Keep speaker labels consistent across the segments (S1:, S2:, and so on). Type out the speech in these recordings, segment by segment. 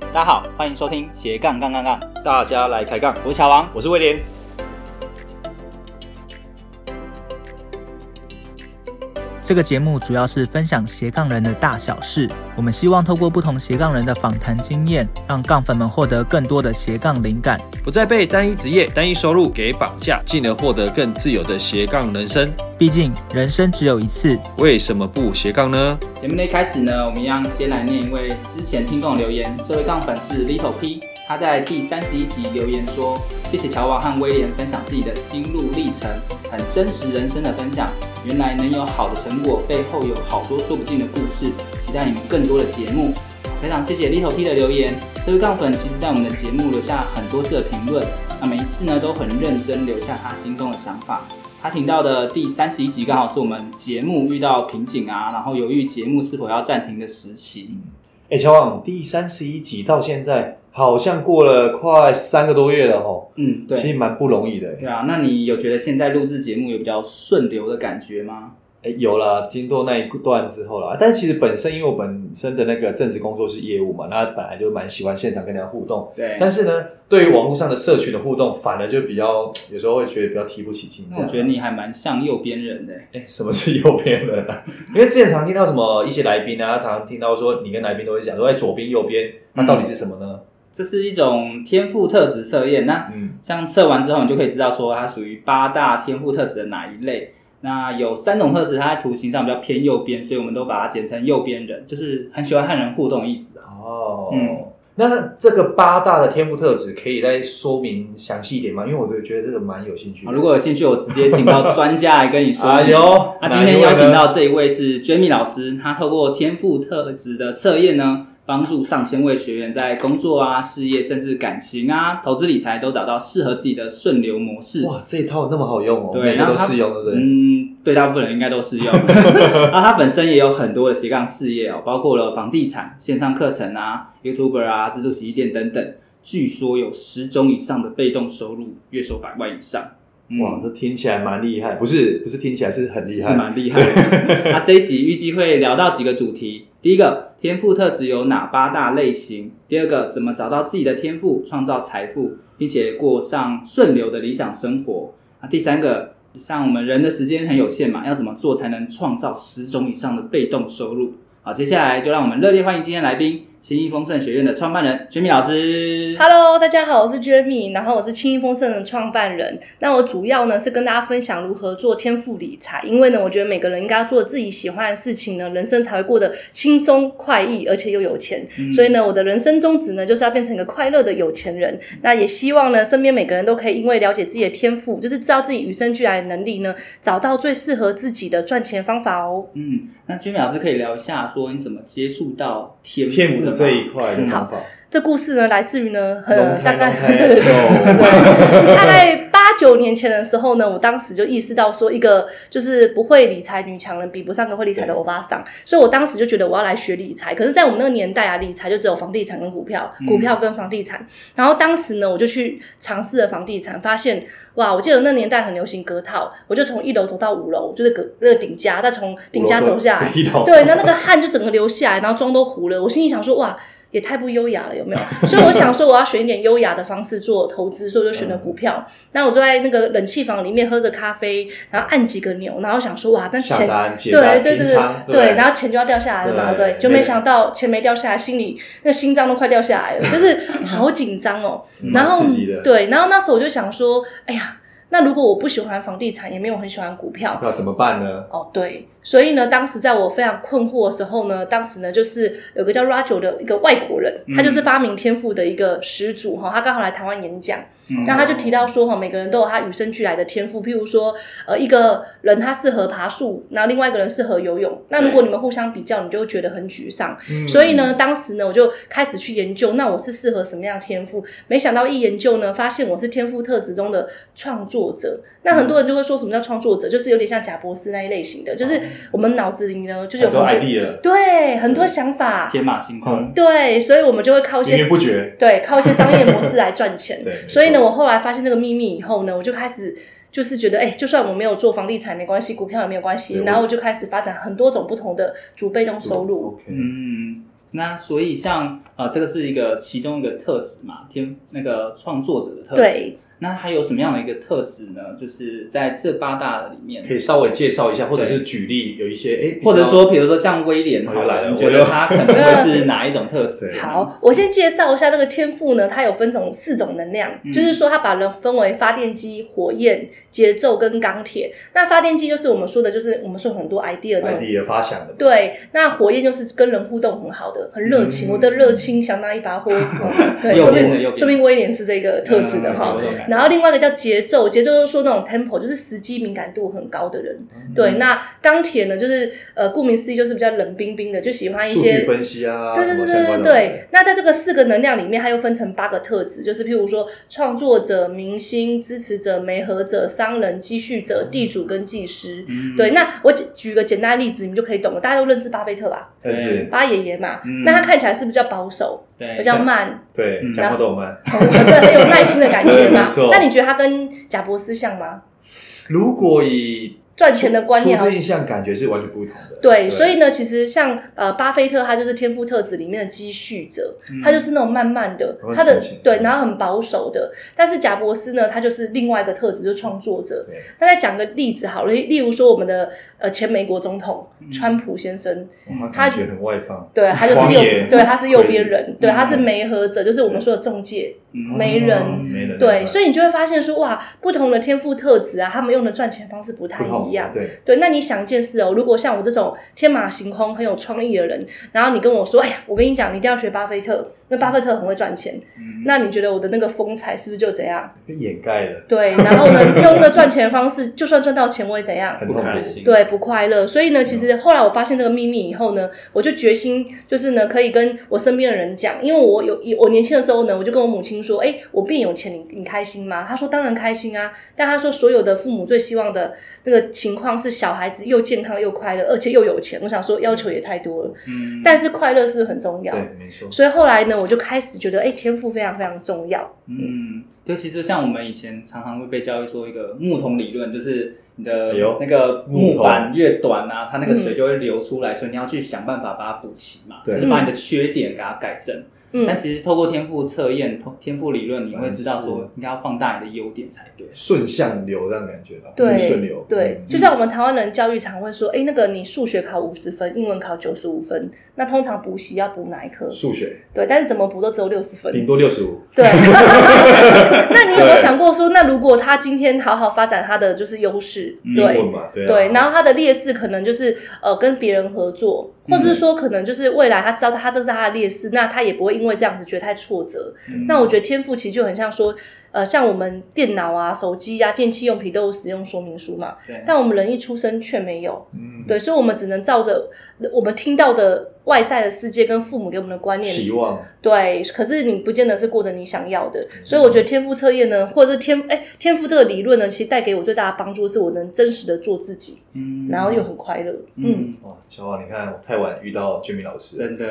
S1: 大家好，欢迎收听斜杠杠杠杠，
S2: 大家来开杠，
S1: 我是乔王。
S2: 我是威廉。
S3: 这个节目主要是分享斜杠人的大小事，我们希望透过不同斜杠人的访谈经验，让杠粉们获得更多的斜杠灵感。
S2: 不再被单一职业、单一收入给绑架，进而获得更自由的斜杠人生。
S3: 毕竟人生只有一次，
S2: 为什么不斜杠呢？
S1: 节目的一开始呢，我们一样先来念一位之前听众的留言，这位杠粉是 Little P，他在第三十一集留言说：“谢谢乔王和威廉分享自己的心路历程，很真实人生的分享。原来能有好的成果，背后有好多说不尽的故事。期待你们更多的节目。”非常谢谢 Little P 的留言，这位杠粉其实在我们的节目留下很多次的评论，那每一次呢都很认真留下他心中的想法。他听到的第三十一集刚好是我们节目遇到瓶颈啊，然后犹豫节目是否要暂停的时期。
S2: 哎、乔王，第三十一集到现在好像过了快三个多月了吼，
S1: 嗯，
S2: 其
S1: 对，
S2: 实蛮不容易的、
S1: 对啊。那你有觉得现在录制节目有比较顺流的感觉吗？
S2: 哎、有啦，经过那一段之后啦，啊但其实本身因为我本身的那个正职工作是业务嘛，那本来就蛮喜欢现场跟人家互动，
S1: 对
S2: 但是呢，对于网络上的社群的互动，反而就比较有时候会觉得比较提不起劲。
S1: 那我觉得你还蛮像右边人的、
S2: 哎、什么是右边人啊？因为之前常听到什么一些来宾啊，常常听到说你跟来宾都会讲说，哎、左边右边，那到底是什么呢？
S1: 这是一种天赋特质测验。那
S2: 嗯，
S1: 像测完之后，你就可以知道说它属于八大天赋特质的哪一类。那有三种特质，它在图形上比较偏右边，所以我们都把它简称右边人，就是很喜欢和人互动的意思啊。
S2: 哦，
S1: 嗯
S2: 那这个八大的天赋特质可以再说明详细一点吗？因为我对觉得这个蛮有兴趣
S1: 好啊
S2: 的。
S1: 如果有兴趣，我直接请到专家来跟你说。
S2: 哎呦，
S1: 那今天邀请到这一位是 Jamie 老师，他透过天赋特质的测验呢，帮助上千位学员在工作啊、事业，甚至感情啊、投资理财都找到适合自己的顺流模式。
S2: 哇，这一套那么好用哦，
S1: 对
S2: 每个
S1: 然后
S2: 都
S1: 它
S2: 适用，对不对？
S1: 嗯，对大部分人应该都 适用。那他本身也有很多的斜杠事业哦，包括了房地产、线上课程啊、YouTuber 啊、自助洗衣店等等。据说有十种以上的被动收入，月收百万以上。嗯
S2: 哇，这听起来蛮厉害，不是不是听起来是很厉
S1: 是
S2: 害，
S1: 蛮厉害 的。那这一集预计会聊到几个主题：第一个，天赋特质有哪八大类型；第二个，怎么找到自己的天赋，创造财富，并且过上顺流的理想生活；那第三个，像我们人的时间很有限嘛，要怎么做才能创造十种以上的被动收入？好，接下来就让我们热烈欢迎今天来宾——新义丰盛学院的创办人 Jimmy 老师。
S4: Hello，大家好，我是 Jamie，然后我是轻易丰盛的创办人。那我主要呢是跟大家分享如何做天赋理财，因为呢，我觉得每个人应该做自己喜欢的事情呢，人生才会过得轻松快意，而且又有钱。
S2: 嗯
S4: 所以呢，我的人生宗旨呢就是要变成一个快乐的有钱人。那也希望呢，身边每个人都可以因为了解自己的天赋，就是知道自己与生俱来的能力呢，找到最适合自己的赚钱方法哦。
S1: 嗯，那 Jimmy 老师可以聊一下，说你怎么接触到天
S2: 天
S1: 赋
S2: 赋
S1: 的
S2: 这
S1: 吗
S2: 一块的方法，
S4: 这故事呢来自于呢，
S2: 龙
S4: 呃，大
S2: 胎
S4: 概
S2: 龙胎
S4: 对对对。
S2: 哦
S4: 对，大概八九年前的时候呢，我当时就意识到说，一个就是不会理财女强人比不上个会理财的欧巴桑，所以我当时就觉得我要来学理财。可是，在我们那个年代啊，理财就只有房地产跟股票，股票跟房地产。然后当时呢，我就去尝试了房地产，发现哇，我记得那年代很流行隔套，我就从一楼走到五楼，就是隔那个顶家，再从顶家走下来，
S2: 这一套
S4: 对，那那个汗就整个流下来，然后妆都糊了。我心里想说，哇，也太不优雅了，有没有？所以我想说，我要选一点优雅的方式做投资，所以我就选了股票。那我就在那个冷气房里面喝着咖啡，然后按几个钮，然后想说，哇，那
S2: 下
S4: 钱
S2: 单解
S4: 对
S2: 单
S4: 对对
S2: 平仓，
S4: 对对，然
S2: 后
S4: 后钱就要掉下来了嘛，
S2: 对
S4: 对，就没想到钱没掉下来，心里那心脏都快掉下来了，就是好紧张哦。然后
S2: 嗯刺激的，
S4: 对，然后那时候我就想说，哎呀，那如果我不喜欢房地产，也没有很喜欢股票，
S2: 要怎么办呢？
S4: 哦，对，所以呢，当时在我非常困惑的时候呢，当时呢，就是有个叫 Roger 的一个外国人，他就是发明天赋的一个始祖哈、他刚好来台湾演讲，
S1: 嗯
S4: 那他就提到说哈，每个人都有他与生俱来的天赋，譬如说，呃，一个人他适合爬树，然后另外一个人适合游泳，那如果你们互相比较，你就会觉得很沮丧。
S2: 嗯
S1: 嗯
S4: 所以呢，当时呢，我就开始去研究，那我是适合什么样的天赋？没想到一研究呢，发现我是天赋特质中的创作者。那很多人就会说什么叫创作
S2: 嗯
S4: 者，就是有点像贾博士那一类型的，就是我们脑子里呢，就是有
S2: 哦很多
S4: 很多
S2: idea
S4: 对很多想法，
S1: 天马行
S2: 嗯
S1: 空，
S4: 对，所以我们就会靠一些
S2: 源源不绝，。
S4: 对，靠一些商业模式来赚钱
S2: 对
S4: 所以呢，我后来发现这个秘密以后呢，我就开始就是觉得，哎、就算我没有做房地产没关系，股票也没有关系
S2: 对，我
S4: 然后我就开始发展很多种不同的主被动收入。
S2: OK，
S1: 嗯，那所以像呃，这个是一个其中一个特质嘛，天那个创作者的特质。
S4: 对，
S1: 那还有什么样的一个特质呢？就是在这八大里面
S2: 可，以稍微介绍一下，或者是举例有一些哎，比较
S1: 或者说比如说像威廉
S2: 我
S1: 好
S2: 又哦来
S1: 了，
S2: 了
S1: 你觉
S2: 我又
S1: 得他可能会是哪一种特质？
S2: 对 啊
S4: 好，我先介绍一下这个天赋呢，它有分成四种能量，
S1: 嗯
S4: 就是说它把人分为发电机、火焰、节奏跟钢铁。那发电机就是我们说的，就是我们说很多 idea 那种
S2: idea 发想的，
S4: 对，那火焰就是跟人互动很好的，很热情，
S2: 嗯
S4: 我的热情相当一把 火。
S2: 哦
S4: 嗯对，
S1: 右
S4: 说
S1: 边的右
S4: 明
S1: 边
S4: 说明威廉是这个特质的哈。
S2: 嗯嗯嗯嗯
S1: 嗯
S4: 然后另外一个叫节奏，节奏就是说那种 tempo，就是时机敏感度很高的人。对，
S2: 嗯
S4: 那钢铁呢，就是呃，顾名思义就是比较冷冰冰的，就喜欢一
S2: 数
S4: 些
S2: 据分析啊，
S4: 对对对
S2: 什么
S4: 对
S2: 相关
S4: 对
S2: 的
S4: 对。那在这个四个能量里面，它又分成八个特质，就是譬如说创作者、明星、支持者、媒合者、商人、积蓄者、地主跟技师。
S1: 嗯
S4: 对，那我举举个简单的例子，你们就可以懂了。大家都认识巴菲特吧？
S2: 但是
S4: 巴爷爷嘛，
S1: 嗯
S4: 那他看起来是比较保守，
S1: 对
S4: 比较慢，
S2: 对
S1: 嗯
S2: 讲话都有慢。
S4: 哦对，很有耐心的感觉
S2: 对没
S4: 嘛
S2: 错。
S4: 那你觉得他跟贾博士像吗？
S2: 如果以
S4: 赚钱的观念
S2: 初
S4: 好
S2: 初
S4: 像
S2: 之印象感觉是完全不同的。
S4: 对，所以呢，其实像呃，巴菲特他就是天赋特质里面的积蓄者，他就是那种慢慢的
S2: 然后，
S4: 他的
S2: 存钱
S4: 对，然后很保守的。但是贾博斯呢，他就是另外一个特质，就是创作者
S2: 对。
S4: 那再讲个例子好了，例例如说我们的呃前美国总统川普先生，
S2: 哇他感觉很外放，
S4: 对他就是
S2: 黄
S4: 右
S2: 爷，
S4: 对他是右边人，对
S1: 嗯
S4: 他是媒合者，就是我们说的中介。没人
S2: 哦没人
S4: 对，所
S2: 以
S4: 以你就会发现说，哇，不同的天赋特质啊，他们用的赚钱方式不太一样。
S2: 对，
S4: 对，那你想一件事哦，如果像我这种天马行空、很有创意的人，然后你跟我说，哎呀，我跟你讲，你一定要学巴菲特，因为巴菲特很会赚钱。那你觉得我的那个风采是不是就怎样？
S2: 被掩盖了，
S4: 对，然后呢，用那个赚钱的方式，就算赚到钱，我也怎样？
S2: 很
S1: 不
S2: 痛
S1: 开
S2: 苦。
S1: 心。嗯
S4: 对，不快乐。所以呢，其实后来我发现这个秘密以后呢，我就决心，就是呢，可以跟我身边的人讲，因为我有我年轻的时候呢，我就跟我母亲说，哎、我变有钱，你你开心吗？她说当然开心啊，但她说所有的父母最希望的那个情况是小孩子又健康又快乐，而且又有钱。我想说要求也太多了，
S1: 嗯，
S4: 但是快乐是很重要
S2: 对。，没错。
S4: 所以后来呢，我就开始觉得，哎、天赋非常非常重要。
S1: 嗯，对，其实像我们以前常常会被教育说一个木桶理论，就是你的
S2: 哎呦
S1: 那个
S2: 木
S1: 木
S2: 桶
S1: 板越短啊，它那个水就会流出来，所以你要去想办法把它补齐嘛，
S2: 对
S1: 就是把你的缺点给它改正。
S4: 嗯
S1: 但其实透过天赋测验、通天赋理论，
S2: 嗯
S1: 你会知道
S2: 反
S1: 说
S2: 思
S1: 应该要放大你的优点才对。
S2: 顺向流这样感觉吧，
S4: 对
S2: 顺流，
S4: 对，
S2: 嗯
S4: 就像我们台湾人教育常会说，哎、那个你数学考五十分，英文考九十五分，那通常补习要补哪一科？
S2: 数学
S4: 对，但是怎么补都只有六十分。
S2: 顶多六十五，
S4: 对，那你有没有
S2: 对
S4: 想过说，那如果他今天好好发展他的就是优势，
S2: 英
S4: 对
S2: 文。嘛，对啊
S4: 对，然后他的劣势可能就是呃跟别人合作，或
S2: 嗯
S4: 者是说可能就是未来他知道他这是他的劣势，那他也不会因为这样子觉得太挫折。
S2: 嗯
S4: 那我觉得天赋其实就很像说，呃，像我们电脑啊、手机啊、电器用品都有使用说明书嘛，
S1: 对，
S4: 但我们人一出生却没有，
S2: 嗯
S4: 对，所以我们只能照着我们听到的外在的世界跟父母给我们的观念
S2: 期望
S4: 对，可是你不见得是过得你想要的，所以我觉得天赋测验呢，或者是天哎天赋这个理论呢，其实带给我最大的帮助是我能真实的做自己，
S1: 嗯
S4: 然后又很快乐。嗯，
S1: 嗯，
S2: 哇，乔啊，你看我太晚遇到 Jimmy 老师，
S1: 真的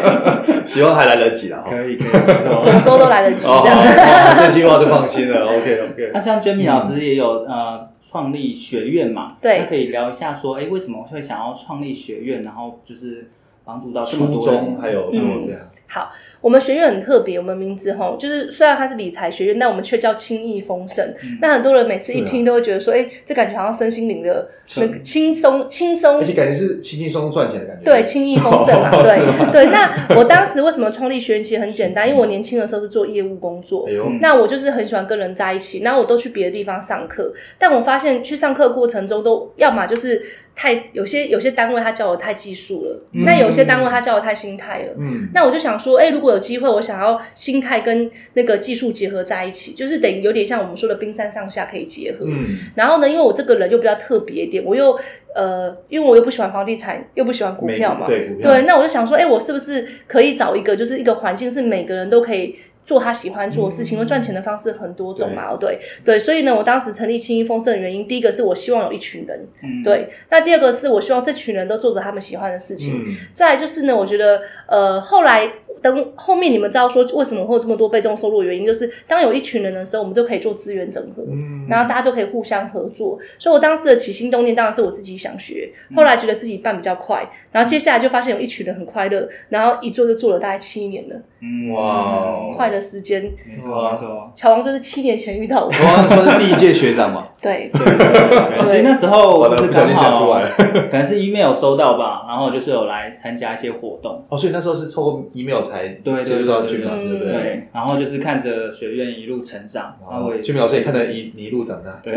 S2: 希望还来得及啦。哦
S1: 可以可以 没错
S4: 嗯什么时候都来得及
S2: 哦，
S4: 这样。
S2: 哇这句话就放心了。OK
S1: 那
S2: OK，
S1: 像 Jamie 老师也有、呃创立学院嘛，
S4: 对
S1: 那可以聊一下说，哎，为什么会想要创立学院，然后就是帮助到这么
S2: 初
S1: 多人
S2: 中还有
S4: 嗯
S2: 做对啊，
S4: 好，我们学院很特别，我们名字吼，就是虽然它是理财学院，但我们却叫轻易丰盛。那很多人每次一听都会觉得说，哎、这感觉好像身心灵的那个轻松轻松
S2: 而且感觉是轻轻松松赚钱的感觉。
S4: 对，轻易丰盛嘛，
S2: 哦是
S4: 对对。那我当时为什么创立学院？其实很简单，因为我年轻的时候是做业务工作
S2: 哎，呦，
S4: 那我就是很喜欢跟人在一起，然后我都去别的地方上课，但我发现去上课过程中都要么就是太有些有些单位他教我太技术了，但有些单位他教我太心态了。
S2: 嗯，
S4: 那我就想说，哎、如果有机会，我想要心态跟那个技术结合在一起，就是等于有点像我们说的冰山上下可以结合。
S2: 嗯，
S4: 然后呢，因为我这个人又比较特别一点，我又呃，因为我又不喜欢房地产，又不喜欢股
S2: 美
S4: 票嘛，
S2: 对股票，
S4: 对，那我就想说，哎、我是不是可以找一个，就是一个环境是每个人都可以。做他喜欢做的事情，因为赚钱的方式很多种嘛，对对，所以呢，我当时成立轻易丰盛的原因，第一个是我希望有一群人，
S1: 嗯，
S4: 对，那第二个是我希望这群人都做着他们喜欢的事情，
S2: 嗯，
S4: 再来就是呢，我觉得呃，后来等后面你们知道说为什么会有这么多被动收入的原因，就是当有一群人的时候，我们都可以做资源整合。
S2: 嗯
S4: 然后大家都可以互相合作，所以我当时的起心动念当然是我自己想学，
S2: 嗯
S4: 后来觉得自己办比较快，然后接下来就发现有一群人很快乐，然后一做就做了大概七年了，
S1: 嗯
S2: 哇哦
S4: 快的时间。
S1: 没错没错。
S4: 乔王就是七年前遇到我，
S2: 我刚刚说是第一届学长嘛，
S4: 对
S1: 对对对对其实那时候
S2: 我
S1: 就
S2: 的
S1: 是
S2: 不小
S1: 刚
S2: 心讲出
S1: 好
S2: 来，了。
S1: 可能是 email 收到吧，然后就是有来参加一些活动，
S2: 哦，所以那时候是透过 email 才
S1: 对对
S2: 接触到
S1: 对对
S2: 俊明老师，
S4: 对
S2: 不对？
S1: 对，然后就是看着学院一路成长，然后我也
S2: 俊明老师也看到你你一路长大，
S1: 对，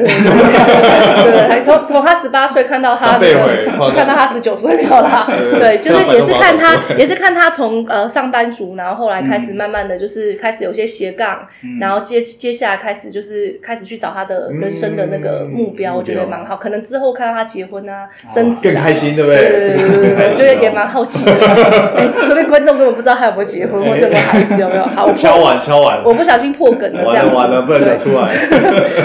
S4: 对，还从从他十八岁看到
S2: 长
S4: 他那
S2: 辈
S4: 个，
S2: 会
S4: 是看到他十九岁没有啦，对，就是也是看他，也是看他从呃上班族，然后后来开
S2: 嗯
S4: 始慢慢的就是开始有些斜杠，
S1: 嗯
S4: 然后接接下来开始就是开始去找他的人生的那个目标，
S2: 嗯
S4: 我觉得蛮好。可能之后看到他结婚啊、生子啊，
S2: 更开心，对不
S4: 对。
S2: 对？
S4: 对对
S2: 这
S4: 对
S2: 个
S4: 对
S2: 更开
S4: 对，
S2: 心
S4: 所以也
S2: 哦
S4: 蛮好奇的。哎，说明观众根本不知道他有没有结婚，或者有没有孩子，有没有？好，我
S2: 敲完敲完，
S4: 我不小心破梗了，这
S2: 完
S4: 样
S2: 了
S4: 子。
S2: 完了，不能讲出来，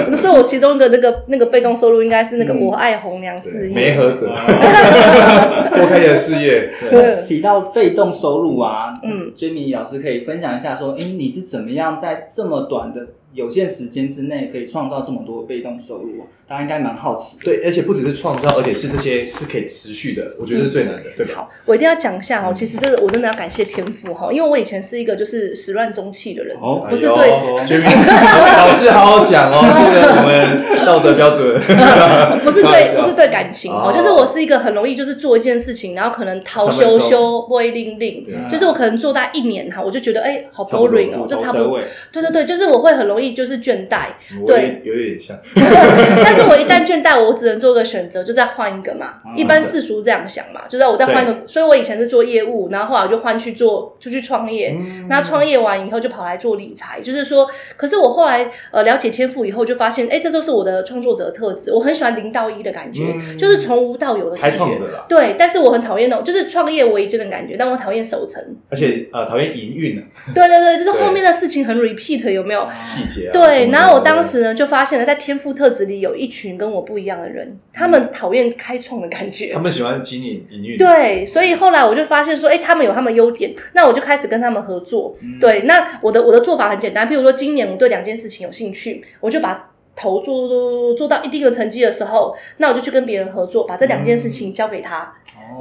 S4: 对，所以我其中一个 那个那个被动收入应该是那个
S2: 嗯
S4: 我爱红娘事业。
S2: 没合辙，多开点事业，
S4: 哦对
S1: 提到被动收入啊，
S4: 嗯
S1: 嗯，Jamie 老师可以分享一下说，哎，你是怎么样在这么短的有限时间之内可以创造这么多被动收入啊？大家应该蛮好奇的。
S2: 对，而且不只是创造，而且是这些是可以持续的，我觉得是最难的，对吧？
S4: 好，我一定要讲一
S2: 嗯
S4: 下哦。其实这个我真的要感谢天赋哈，因为我以前是一个就是始乱终弃的人，
S1: 哦
S4: 不是
S2: 哎呦
S4: 最
S2: 俊明 老师好好讲哦，这个我们道德标准，
S4: 呃不是
S2: 开玩
S4: 对
S2: 笑
S4: 不是对感情
S2: 哦，
S4: 哦就是我是一个很容易就是做一件事情，然后可能逃羞
S2: 三分
S4: 羞不会令令，
S2: 对啊
S4: 就是我可能做大一年哈，我就觉得哎好
S2: 差不多
S4: boring 哦，就
S1: 头
S4: 差不
S1: 蛇
S4: 多。
S1: 尾
S4: 对对对，就是我会很容易就是倦怠，
S2: 我有点有点像，
S4: 但是我一旦倦怠，我只能做个选择，就再换一个嘛。
S1: 嗯
S4: 一般世俗这样想嘛，就是我再换一个。所以我以前是做业务，然后后来我就换去做，就去创业。
S2: 嗯
S4: 那创业完以后就跑来做理财，就是说，可是我后来呃了解天赋以后，就发现，哎，这就是我的创作者的特质。我很喜欢零到一的感觉，
S2: 嗯
S4: 就是从无到有的
S2: 开
S4: 感
S2: 创
S4: 觉。
S2: 者啦，啊
S4: 对，但是我很讨厌那种，就是创业我也这种感觉，但我讨厌守成。
S2: 而且呃讨厌营运啊，
S4: 对对对，就是
S2: 对
S4: 后面的事情很 repeat，有没有？
S2: 细节啊，什么
S4: 对，
S2: 的
S4: 然后我当时呢就发现了，在天赋特质里有一群跟我不一样的人，他们讨厌开创的感觉
S2: 嗯他。们喜欢经营营运，哦
S4: 对，所以后来我就发现说，哎、他们有他们优点，那我就开始跟他们合作。
S2: 嗯
S4: 对，那我的我的做法很简单，譬如说今年我对两件事情有兴趣，我就把投做做做做到一定的成绩的时候，那我就去跟别人合作，把这两件
S2: 嗯
S4: 事情交给他。
S1: 哦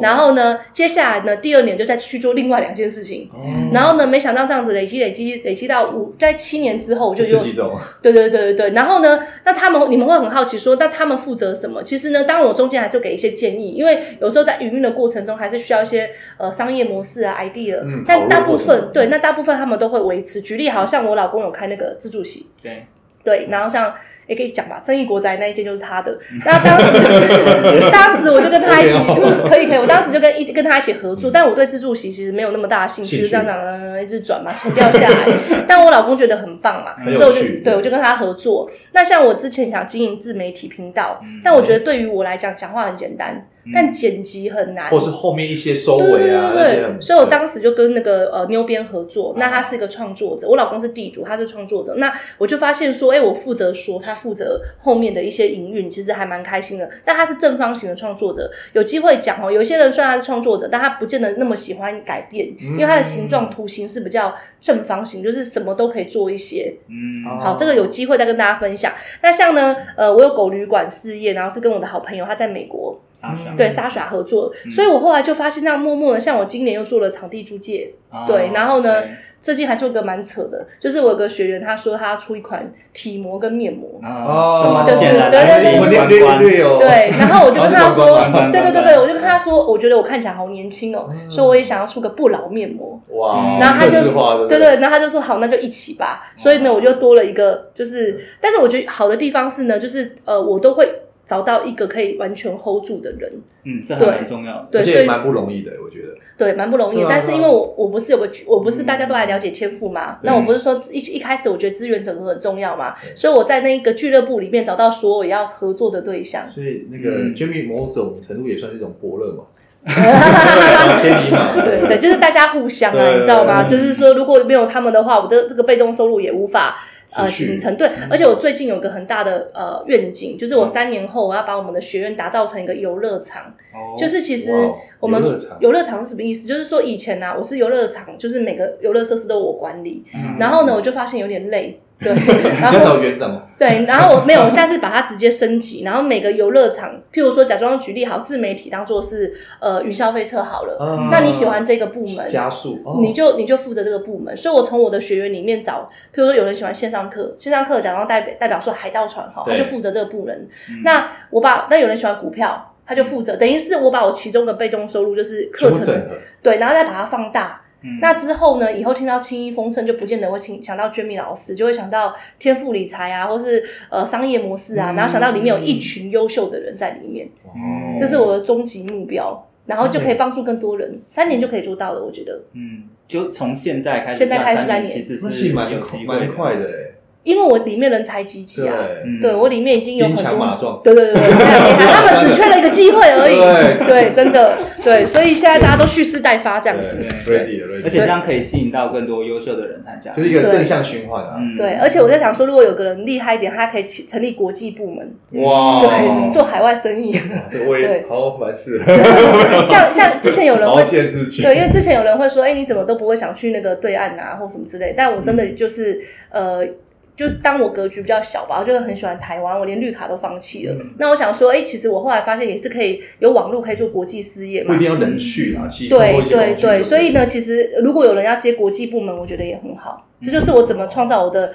S4: 然后呢，接下来呢，第二年就再去做另外两件事情。
S2: 哦，
S4: 然后呢，没想到这样子累积累积累积到五，在七年之后，我就
S2: 十
S4: 有
S2: 几种，
S4: 对对对对对，然后呢，那他们你们会很好奇说，那他们负责什么？其实呢，当然我中间还是有给一些建议，因为有时候在营运的过程中还是需要一些呃商业模式啊 idea，、
S2: 嗯讨
S4: 但
S2: 论
S4: 大
S2: 过
S4: 部
S2: 程嗯
S4: 分对，那大部分他们都会维持。举例，好像我老公有开那个自助席，
S1: 对，
S4: 对，然后像也可以讲吧，正义国宅那一间就是他 的。那当时，当时我就跟他一起，
S2: 啊
S4: 嗯可以可以，我当时就跟一跟他一起合作，但我对自助席其实没有那么大的兴
S2: 嗯
S4: 趣，
S2: 兴趣
S4: 就这样讲，呃一直转嘛，钱掉下来。 但我老公觉得很棒嘛，
S2: 很有
S4: 所以我就
S2: 趣
S4: 对我就跟他合作。那像我之前想经营自媒体频道，
S2: 嗯
S4: 但我觉得对于我来讲，讲话很简单，但剪辑很难。
S2: 或是后面一些收
S4: 对
S2: 尾啊，那
S4: 对
S2: 些
S4: 对对，
S2: 很
S4: 所以我当时就跟那个呃妞编合作，那他是一个创作者，我老公是地主，他是创作者，那我就发现说，哎、我负责说，他负责后面的一些营运，其实还蛮开心的。但他是正方形的创作者，有机会讲哦。有些人虽然他是创作者，但他不见得那么喜欢改变，
S2: 嗯
S4: 因为他的形状图形是比较正方形，就是什么都可以做一些。
S1: 嗯，
S2: 哦
S4: 好，这个有机会再跟大家分享。那像呢，呃，我有狗旅馆事业，然后是跟我的好朋友，他在美国，
S1: 傻笑
S2: 嗯
S4: 对沙耍合作，所以我后来就发现，那默默的，像我今年又做了场地租借，
S1: 哦
S4: 对然后呢
S1: 对
S4: 最近还做个蛮扯的，就是我有个学员，他说他要出一款体膜跟面膜，
S2: 哦
S1: 啊什么
S4: 就是
S1: 简单
S4: 对对对
S1: 来
S4: 对
S2: 我
S1: 关
S2: 略
S1: 关
S2: 略
S1: 关
S2: 略有
S4: 对，然后我就跟他
S2: 然后
S4: 说
S2: 就把它
S1: 关，关
S4: 对对对
S1: 关
S4: 对，
S1: 关
S4: 我就跟他说，我觉得我看起来好年轻哦，
S2: 嗯
S4: 所以我也想要出个不老面膜。
S2: 哇，
S4: 然后他就
S2: 克制化的
S4: 对对，然后他就说好，那就一起吧。
S2: 哦
S4: 所以呢，我就多了一个，
S2: 嗯
S4: 就是，但是我觉得好的地方是呢，就是呃，我都会找到一个可以完全 hold 住的人，
S1: 嗯，这还
S4: 对
S1: 蛮重要的。
S4: 对，
S2: 而
S4: 所
S2: 且也
S4: 以
S2: 蛮不容易的，我觉得。
S4: 对，蛮不容易
S2: 对
S4: 的。
S2: 啊
S4: 但是
S2: 对啊嗯
S4: 因为我我不是有个局，我不是大家都来了解天赋嘛？那我不是说一一开始我觉得资源整合很重要嘛？所以我在那个俱乐部里面找到所有要合作的对 象。
S2: 所以那个
S1: 嗯
S2: Jimmy 某种程度也算是一种伯乐嘛，两 千里马，
S4: 对对，就是大家互相啊，
S2: 对
S4: 你知道吗？
S2: 嗯
S4: 就是说，如果没有他们的话，我这这个被动收入也无法呃
S2: 持续嗯
S4: 形成。对，而且我最近有个很大的呃愿景，就是我三年后我要把我们的学院打造成一个游乐场。就是其实
S2: 哇哦
S4: 我们
S2: 游乐场
S4: 游乐场是什么意思？就是说以前呢、啊，我是游乐场，就是每个游乐设施都我管理，
S1: 嗯
S4: 然后呢，我就发现有点累。 对，然
S2: 要
S4: 后
S2: 找园长吗？
S4: 对，然后我没有，我下次把它直接升级，然后每个游乐场，譬如说假装举例好，自媒体当做是呃云霄飞车好了，
S2: 嗯
S4: 那你喜欢这个部门，
S2: 加速？哦
S4: 你就你就负责这个部门。所以我从我的学员里面找，譬如说有人喜欢线上课，线上课假装代表代表说海盗船哈，他
S2: 对
S4: 就负责这个部门。那我把那有人喜欢股票，他就负责，等于是我把我其中的被动收入就是课
S2: 全部
S4: 程
S2: 整合，
S4: 对，然后再把它放大。
S1: 嗯
S4: 那之后呢？以后听到轻易风盛，就不见得会听想到 Jamie 老师，就会想到天赋理财啊，或是呃商业模式啊，然后想到里面有一群优秀的人在里面，
S1: 嗯
S2: 哦
S4: 这是我的终极目标，然后就可以帮助更多人，三年就可以做到了，我觉得。
S1: 嗯，就从现在开始，
S4: 现在开始
S1: 三
S4: 三年
S1: 其实
S2: 那其
S1: 是
S2: 实蛮
S1: 有机会
S2: 蛮
S1: 的
S2: 快的欸，
S4: 因为我里面人才济济啊，
S2: 对，
S1: 嗯
S4: 对我里面已经有
S2: 兵
S4: 很
S2: 强马
S4: 多，
S2: 壮，
S4: 对对对对，非常厉害他们只缺了一个机会而已，
S2: 对
S4: 对，真的，对，所以现在大家都蓄势待发这样子，
S2: 对，ready 了，ready 了
S1: 而且这样可以吸引到更多优秀的人参加。
S2: 就是一个正向循环啊，
S1: 嗯
S4: 对，而且我在想说，如果有个人厉害一点，他可以起成立国际部门，
S2: 哇
S4: 对，做海外生意。
S2: 哇这个我也
S4: 对
S2: 好蛮适合，
S4: 像像之前有人
S2: 毛
S4: 会，
S2: 见自己，
S4: 对，因为之前有人会说，哎、你怎么都不会想去那个对岸啊，或什么之类。但我真
S2: 嗯
S4: 的就是、呃。就当我格局比较小吧，我就很喜欢台湾，我连绿卡都放弃了。
S2: 嗯
S4: 那我想说，哎、其实我后来发现也是可以有网络可以做国际事业
S2: 不
S4: 嘛
S2: 一。定要人去啊，其实通
S4: 对
S2: 过一些
S4: 对
S2: 工具就可
S4: 对，所以呢，，其实如果有人要接国际部门，我觉得也很好。
S2: 嗯
S4: 这就是我怎么创造我的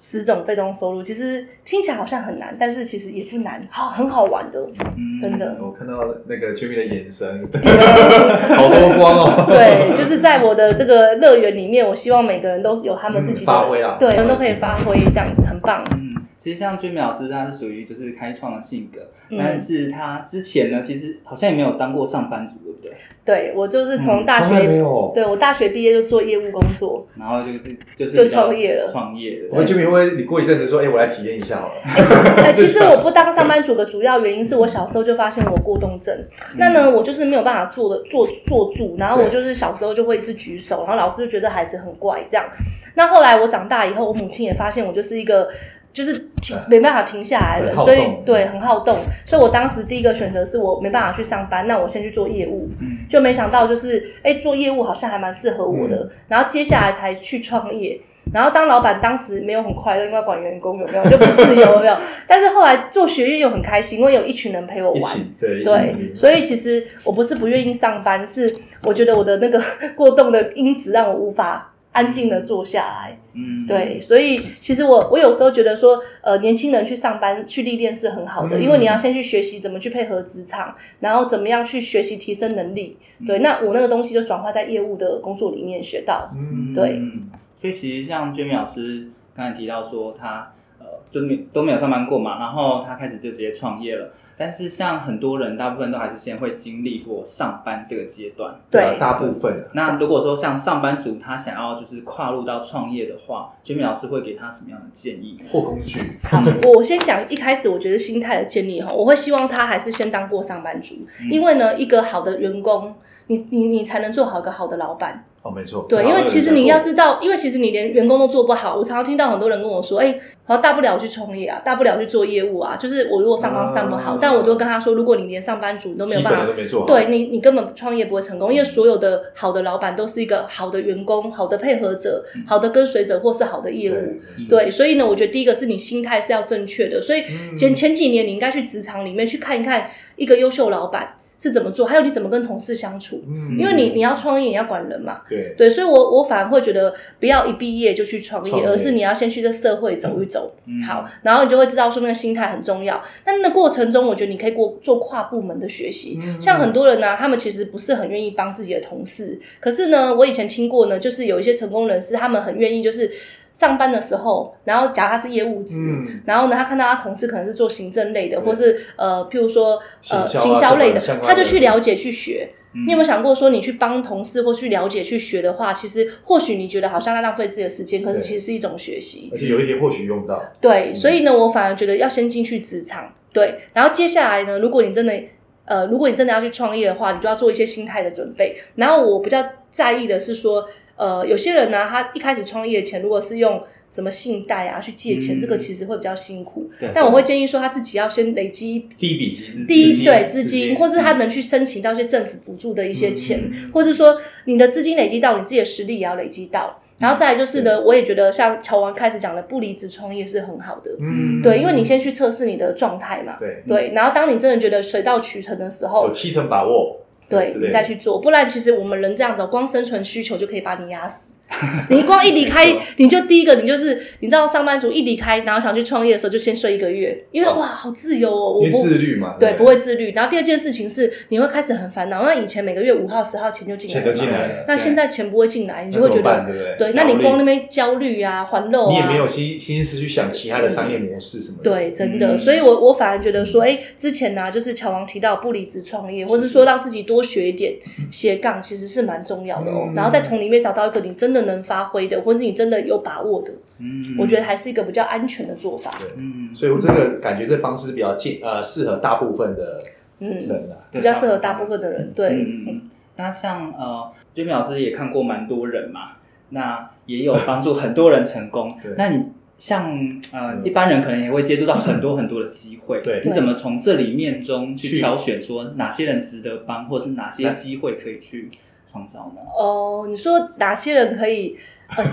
S4: 十种被动收入。其实听起来好像很难，但是其实也不难，好很好玩的，
S1: 嗯
S4: 真的。
S2: 我看到那个 Jimmy 的眼神，好多光哦，
S4: 对，就是在我的这个乐园里面，我希望每个人都有他们自己的、
S2: 嗯发挥啊
S4: 对，人都可以发挥，这样子很棒。
S1: 嗯，其实像君美老师，他是属于就是开创的性格，
S4: 嗯
S1: 但是他之前呢，其实好像也没有当过上班族，对不对？
S4: 对我就是从大
S2: 嗯从来没
S4: 学，
S2: 有。
S4: 对我大学毕业就做业务工作，
S1: 然后就就就是
S4: 就
S1: 比较
S4: 创业了
S1: 创业的。
S2: 我们 Jimmy 会不会你过一阵子说，哎，我来体验一下好了，
S4: 呃，其
S2: 啊
S4: 实我不当上班族的主要原因是我小时候就发现我过动症，
S2: 嗯
S4: 那呢我就是没有办法坐的坐坐住，然后我就是小时候就会一直举手，然后老师就觉得孩子很怪这样。那后来我长大以后，我母亲也发现我就是一个。就是停没办法停下来的人，
S2: 很好
S4: 所
S2: 动
S4: 以对很好动，所以我当时第一个选择是我没办法去上班，那我先去做业务，
S1: 嗯
S4: 就没想到就是哎做业务好像还蛮适合我的，
S2: 嗯
S4: 然后接下来才去创业，然后当老板当时没有很快乐，因为要管员工有没有 就不自由有没有？但是后来做学业又很开心，因为有一群人陪我
S2: 一
S4: 玩。
S2: 起对一起努
S4: 对
S2: 力，
S4: 所以其实我不是不愿意上班，是我觉得我的那个过动的因子让我无法安静的坐下来。
S1: 嗯，
S4: 对，所以其实我我有时候觉得说，呃，年轻人去上班去历练是很好的，
S2: 嗯
S4: 因为你要先去学习怎么去配合职场，然后怎么样去学习提升能力。对，那我那个东西就转化在业务的工作里面学到。
S2: 嗯，
S4: 对
S1: 嗯，所以其实像娟美老师刚才提到说，他呃就没都没有上班过嘛，然后他开始就直接创业了。但是像很多人，大部分都还是先会经历过上班这个阶段。
S4: 对，
S2: 大部分啊
S1: 那如果说像上班族他想要就是跨入到创业的话，娟美老师会给他什么样的建议？
S2: 或工具，
S4: 好，我先讲一开始，我觉得心态的建立哈，我会希望他还是先当过上班族，
S2: 嗯
S4: 因为呢，一个好的员工，你你你才能做好一个好的老板。
S2: 哦，没错，
S4: 对，
S2: 这
S4: 因
S2: 好像
S4: 为
S2: 有
S4: 其实
S2: 讲
S4: 你要
S2: 过
S4: 知道，因为其实你连员工都做不好。我常常听到很多人跟我说，哎、好，大不了去创业啊，大不了去做业务啊。就是我如果上班上不好，
S2: 啊
S4: 但我就跟他说，如果你连上班族都没有
S2: 基
S4: 办
S2: 本
S4: 法
S2: 的都没做好，
S4: 对你，你根本创业不会成功，因为所有的好的老板都是一个好的员工、好的配合者、好的跟随者或是好的业务。
S2: 嗯对，
S4: 对，所以呢，我觉得第一个是你心态是要正确的。所以前前几年你应该去职场里面去看一看一个优秀老板是怎么做，还有你怎么跟同事相处。
S2: 嗯
S4: 因为你你要创业，你要管人嘛。
S2: 对
S4: 对，所以我我反而会觉得不要一毕业就去创
S2: 创
S4: 业，
S2: 业
S4: 而是你要先去这社会走一走，
S1: 嗯
S4: 好，然后你就会知道说那个心态很重要。那那过程中，我觉得你可以过做跨部门的学习，像很多人呢、他们其实不是很愿意帮自己的同事，可是呢，我以前听过呢，就是有一些成功人士，他们很愿意就是上班的时候，然后假如他是业务职，
S2: 嗯，
S4: 然后呢，他看到他同事可能是做行政类的，
S2: 对
S4: 或是呃，譬如说
S2: 行
S4: 呃
S2: 销啊
S4: 行销类的
S2: 相，关
S4: 他就
S2: 的嗯
S4: 去了解去学。你有没有想过说，你去帮同事或去了解去学的话，其实或许你觉得好像在浪费自己的时间，可是
S2: 对嗯
S4: 其实是一种学习
S2: 而。且有一天或许用到，
S4: 对，所以呢，我反而觉得要先进去职场。对，然后接下来呢，如果你真的呃，如果你真的要去创业的话，你就要做一些心态的准备。然后我比较在意的是说，呃，有些人呢，他一开始创业前，如果是用什么信贷啊去借钱，
S2: 嗯
S4: 这个其实会比较辛苦。
S2: 对
S4: 但我会建议说，他自己要先累积
S2: 第一笔其实
S4: 第
S2: 资
S4: 一
S2: 金
S4: 对
S2: 资
S4: 资金，或是他能去申请到一些政府补助的一
S2: 一
S4: 些钱，
S2: 嗯
S4: 或是说你的资金累积到，你自己的实力也要累积到。然后再来就是
S2: 嗯
S4: 呢，我也觉得像乔王开始讲的，不离职创业是很好的，
S2: 嗯
S4: 对，因为你先去测试你的状态嘛，
S2: 对
S4: 对，然后当你真的觉得水到渠成的时候
S2: 有，七成把握，
S4: 哦对
S2: 之类
S4: 你
S2: 的
S4: 再去做，不然其实我们人这样子哦，光生存需求就可以把你压 死。你光一离开，你就第一个，你就是你知道，上班族一离开，然后想去创业的时候，就先睡一个月，因为
S2: 哦
S4: 哇，好自由哦，我
S2: 因为
S4: 不
S2: 自律嘛，
S4: 对不
S2: 不
S4: 会自律。然后第二件事情是，你会开始很烦恼。那以前每个月五号、十号钱就进来
S2: 钱
S4: 了
S2: 就
S4: 嘛，
S2: 进来了，
S4: 那现在钱不会进来，你就会
S2: 那
S4: 觉
S2: 怎么办
S4: 得
S2: 对不对？焦
S4: 对，那
S2: 虑
S4: 你光那边焦虑啊、环肉
S2: 你也没
S4: 啊。
S2: 有心心思去想其他的商业模式什么的，
S4: 对，真的，
S2: 嗯
S4: 所以我我反而觉得说，哎、之前呢、就是乔王提到不离职创业，或是说让自己多学一点斜杠，其实是蛮重要的哦。
S2: 嗯
S4: 然后再从里面找到一个你真的能发挥的，或是你真的有把握的，
S1: 嗯
S4: 我觉得还是一个比较安全的做法。
S1: 嗯，
S2: 所以我这个感觉这方式比较近，呃，适合大部分的
S4: 嗯，
S2: 人啊。
S1: 对
S4: 比较适合大部分的人。对，
S1: 嗯嗯嗯。那像呃，Jimmy 老师也看过蛮多人嘛，那也有帮助很多人成功
S2: 对。
S1: 那你像呃
S2: 嗯
S1: 一般人可能也会接触到很多很多的机会，
S2: 对
S1: 你怎么从这里面中
S2: 去
S1: 去挑选说哪些人值得帮，或是哪些机会可以去创造呢？
S4: 哦，你说哪些人可以？呃、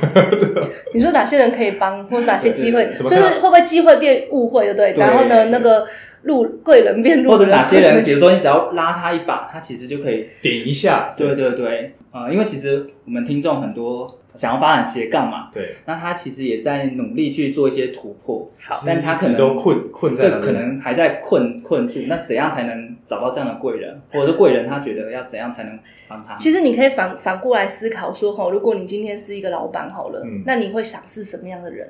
S4: 你说哪些人可以帮，或者哪些机
S2: 对
S4: 会，
S2: 对对怎么
S4: 就是
S2: 看
S4: 会不会机会变误会，对不对？
S2: 对
S4: 然后呢，那个路贵人变路
S1: 或
S4: 人，
S1: 者哪些 人，比如说你只要拉他一把，他其实就可以
S2: 点一下，
S1: 对对对，呃，因为其实我们听众很多想要发展斜杠嘛，
S2: 对，
S1: 那他其实也在努力去做一些突破，
S2: 好
S1: 但他可能
S2: 都困困在
S1: 对
S2: 那
S1: 可
S2: 边，
S1: 能还在困困住。那怎样才能找到这样的贵人，或者是贵人他觉得要怎样才能帮他？
S4: 其实你可以反反过来思考说，吼，如果你今天是一个老板好了，
S2: 嗯
S4: 那你会赏识什么样的人？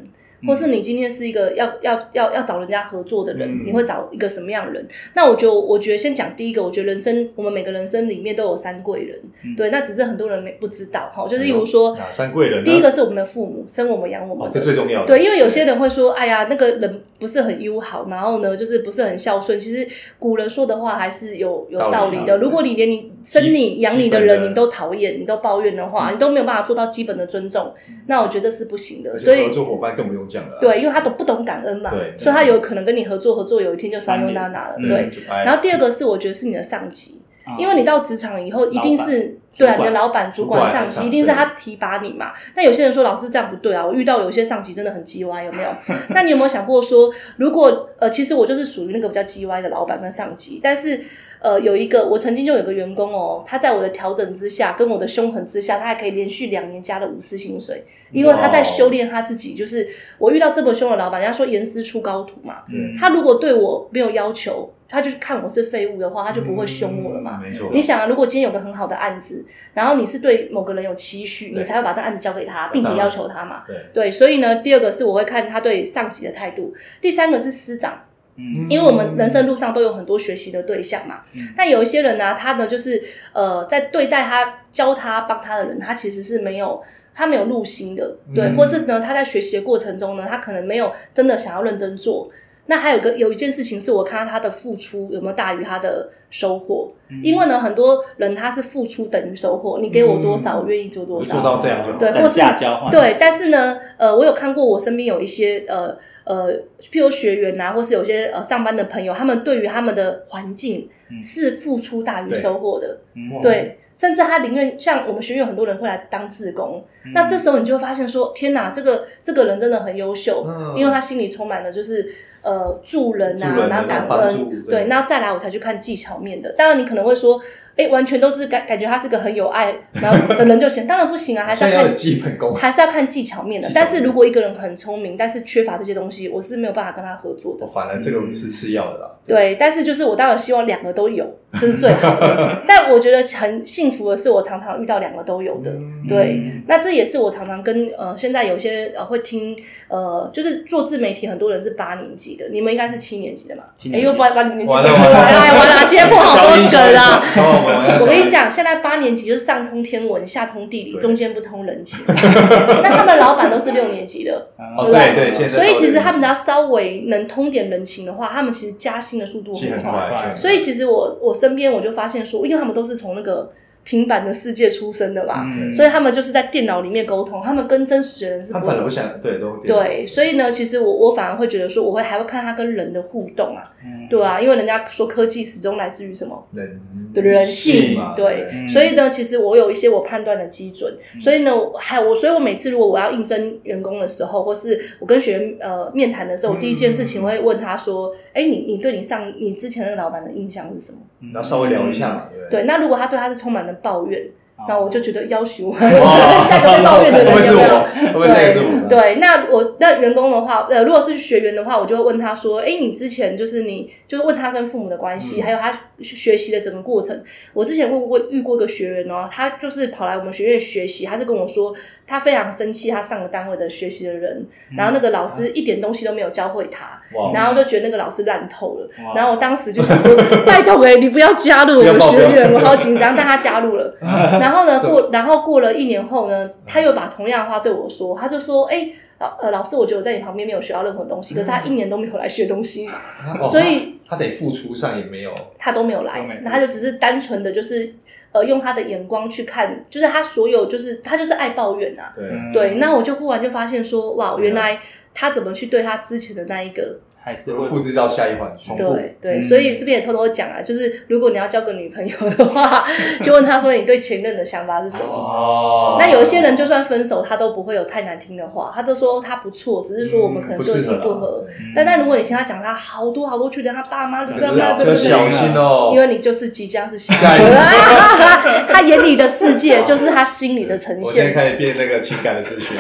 S4: 或是你今天是一个要要要要找人家合作的人，
S2: 嗯
S4: 你会找一个什么样的人？那我就我觉得先讲第一个，我觉得人生我们每个人生里面都有三贵人，
S1: 嗯
S4: 对，那只是很多人没不知道哈，吼就是例如说，
S2: 哎哪三贵人呢？啊
S4: 第一个是我们的父母，生我们养我
S2: 哦
S4: 们，
S2: 这最重要的。
S4: 对，因为有些人会说，哎呀，那个人不是很友好，然后呢，就是不是很孝顺。其实古人说的话还是有有
S2: 道
S4: 道
S2: 理
S4: 理
S2: 道
S4: 的。
S2: 理
S4: 如果你连你生你
S2: 基
S4: 养你的
S2: 基本的嗯
S4: 人你都讨厌，你都抱怨的话，你都没有办法做到基本的尊重，那我觉得这是不行的。
S2: 而且
S4: 所以
S2: 嗯合。作伙伴更不用讲了啊，
S4: 对，因为他懂不懂感恩嘛
S2: 对，
S4: 所以他有可能跟你合作，合作有一天就撒
S1: 翻
S4: 尤
S1: 脸
S4: 娜娜了。
S2: 嗯，
S4: 对，
S2: 就哎
S4: 然后第二个是我觉得是你的上级，
S1: 啊
S4: 因为你到职场以后一定是
S1: 主
S4: 对
S1: 管
S4: 啊，你的老嗯板、
S2: 主
S4: 主
S2: 管
S4: 管、上
S2: 上
S4: 级一定是他提拔你嘛。那有些人说老师这样不对啊，我遇到有些上级真的很叽歪，有没 有？那你有没有想过说，如果呃，其实我就是属于那个比较叽歪的老板跟上级，但是。呃，有一个我曾经就有个员工哦，他在我的调整之下，跟我的凶狠之下，他还可以连续两年加了五次薪水，因为他在
S2: 哇哦
S4: 修炼他自己。就是我遇到这么凶的老板，人家说严师出高徒嘛，
S2: 嗯
S4: 他如果对我没有要求，他就是看我是废物的话，他就不会凶我了嘛。
S2: 嗯没错，
S4: 你想啊，如果今天有个很好的案子，然后你是对某个人有期许，
S2: 对
S4: 你才会把这案子交给他，并且要求他嘛。
S2: 对
S4: 对，所以呢，第二个是我会看他对上级的态度，第三个是师长，
S1: 嗯
S4: 因为我们人生路上都有很多学习的对象嘛。
S1: 嗯
S4: 但有一些人呢、他呢就是呃，在对待他、教他、帮他的人，他其实是没有。他没有入心的，对，
S2: 嗯
S4: 或是呢，他在学习的过程中呢，他可能没有真的想要认真做。那还有个有一件事情是我看到他的付出有没有大于他的收获，
S2: 嗯
S4: 因为呢，很多人他是付出等于收获，你给我多
S2: 嗯
S4: 少，我愿意做多
S2: 我
S4: 少，
S2: 做到这样就好
S4: 对
S1: 等
S4: 或是
S1: 价交
S2: 哦
S1: 换，
S4: 对，但是呢，呃，我有看过我身边有一些呃呃，譬如学员啊，或是有些呃上班的朋友，他们对于他们的环境
S1: 嗯
S4: 是付出大于
S2: 对
S4: 收获的，
S1: 嗯
S2: 哇
S4: 对。甚至他宁愿像我们学院有很多人会来当志工，
S2: 嗯
S4: 那这时候你就会发现说，天哪，这个这个人真的很优秀，
S2: 嗯
S4: 因为他心里充满了就是呃助人啊，
S2: 助人
S4: 然后
S2: 能
S4: 感
S2: 够帮助
S4: 恩，
S2: 对
S4: 对，那再来我才去看技巧面的。当然你可能会说，哎、完全都是感感觉他是个很有爱然后的人就行，当然不行啊，还是
S2: 现在
S4: 要
S2: 要有
S4: 看
S2: 基本功，
S4: 还是要看技巧面
S2: 哦
S4: 的
S2: 技。巧
S4: 但
S2: 面
S4: 是如果一个人很聪明，但是缺乏这些东西，我是没有办法跟他合作的
S2: 我。哦反而这个是次要的 啦，
S4: 对，但是就是我当然希望两个都有，这是最 好的。但我觉得很幸福的是，我常常遇到两个都有的。
S2: 嗯
S4: 对，
S1: 嗯
S4: 那这也是我常常跟呃，现在有些呃会听呃，就是做自媒体，很多人是八年级的，你们应该是七年级的嘛？
S1: 七
S4: 哎
S1: 年级
S4: 呦，把把你年纪
S2: 完
S4: 说
S2: 了
S4: 出来，哎，完了，今天破好多梗啊！
S2: 哦，
S4: 我 跟你讲，现在八年级就是上通天文，下通地理，
S2: 对
S4: 中间不通人情。 那他们老板都是六年级的，
S1: 嗯
S2: 哦，
S4: 对
S2: 对对，现在
S4: 所以其实他
S2: 们
S4: 们只要稍微能通点人情的话，他们其实加薪的速度
S2: 气
S4: 很
S2: 很
S4: 快。
S2: 快，
S4: 所以其实我我身边我就发现说，因为他们都是从那个平板的世界出生的吧，
S1: 嗯
S4: 啊所以他们就是在电脑里面沟通，他们跟真实人是
S2: 他
S4: 不
S2: 们反而
S4: 能
S2: 不想对都
S4: 对，所以呢，其实我我反而会觉得说，我会还会看他跟人的互动啊，
S1: 嗯
S4: 对啊，因为人家说科技始终来自于什么？
S2: 人
S4: 对人
S2: 性
S4: 性
S2: 嘛，
S4: 对，
S1: 嗯
S4: 所以呢，其实我有一些我判断的基准，
S2: 嗯
S4: 所以呢，我还我，所以我每次如果我要应征员工的时候，或是我跟学员呃面谈的
S2: 嗯
S4: 时候，我第一件事情会问他说，哎、你你对你上你之前那个老板的印象是什么？
S2: 然后稍微聊一下嘛，对不对？
S4: 对，那如果他对他是充满了抱怨，
S1: 哦
S4: 那我就觉得要 求我
S2: 哇
S4: 下一个被抱怨的
S2: 哦会不
S4: 人
S2: 会是
S4: 有没有
S2: 我？会不会下一个是我？
S4: 对，那我那员工的话，呃，如果是学员的话，我就会问他说：“哎、你之前就是你，就是问他跟父母的关系，
S2: 嗯
S4: 还有他学学习的整个过程。我之前问过遇过一个学员哦，他就是跑来我们学院学习，他是跟我说他非常生气，他上个单位的学习的人，然后那个老
S2: 嗯
S4: 师一点东西都没有教会他，
S2: 哇，
S4: 然后就觉得那个老师烂透了。
S1: 哇
S4: 然后我当时就想说，拜托哎、你不要加入我
S2: 不要
S4: 们
S2: 报
S4: 学
S2: 表
S4: 院，我好紧张。但他加入了，然后呢
S2: 这
S4: 过，然后过了一年后呢，他又把同样的话对我说，他就说，哎、老呃，老师，我觉得我在你旁边没有学到任何东西，可是他一年都没有来学东西，
S2: 哦
S4: 所以
S2: 他得付出上也没有，
S4: 他都没有来
S1: 都没，
S4: 那他就只是单纯的就是呃用他的眼光去看，就是他所有就是他就是爱抱怨啊，
S2: 对，
S1: 嗯
S4: 对，那我就忽然就发现说，哇，原来他怎么去对他之前的那一个
S1: 还是
S2: 就
S1: 会
S2: 复制到下一环去，
S4: 对对，
S1: 嗯
S4: 所以这边也偷偷讲啊，就是如果你要交个女朋友的话，就问他说你对前任的想法是什么。
S2: 哦，
S4: 那有一些人就算分手，他都不会有太难听的话，他都说他不错，只是说我们可能
S2: 不
S4: 个
S2: 适合
S4: 性
S2: 啦
S4: 不合。，
S2: 对
S4: 但但如果你听他讲他好多好多缺点，他爸妈怎么样，
S1: 这
S2: 可
S1: 个
S2: 是
S1: 是
S2: 要小心哦，
S4: 因为你就是即将是新
S2: 下一个
S4: 人，他眼里的世界就是他心里的呈
S2: 我现在
S4: 现。啊
S2: 开始变那个情感的咨询，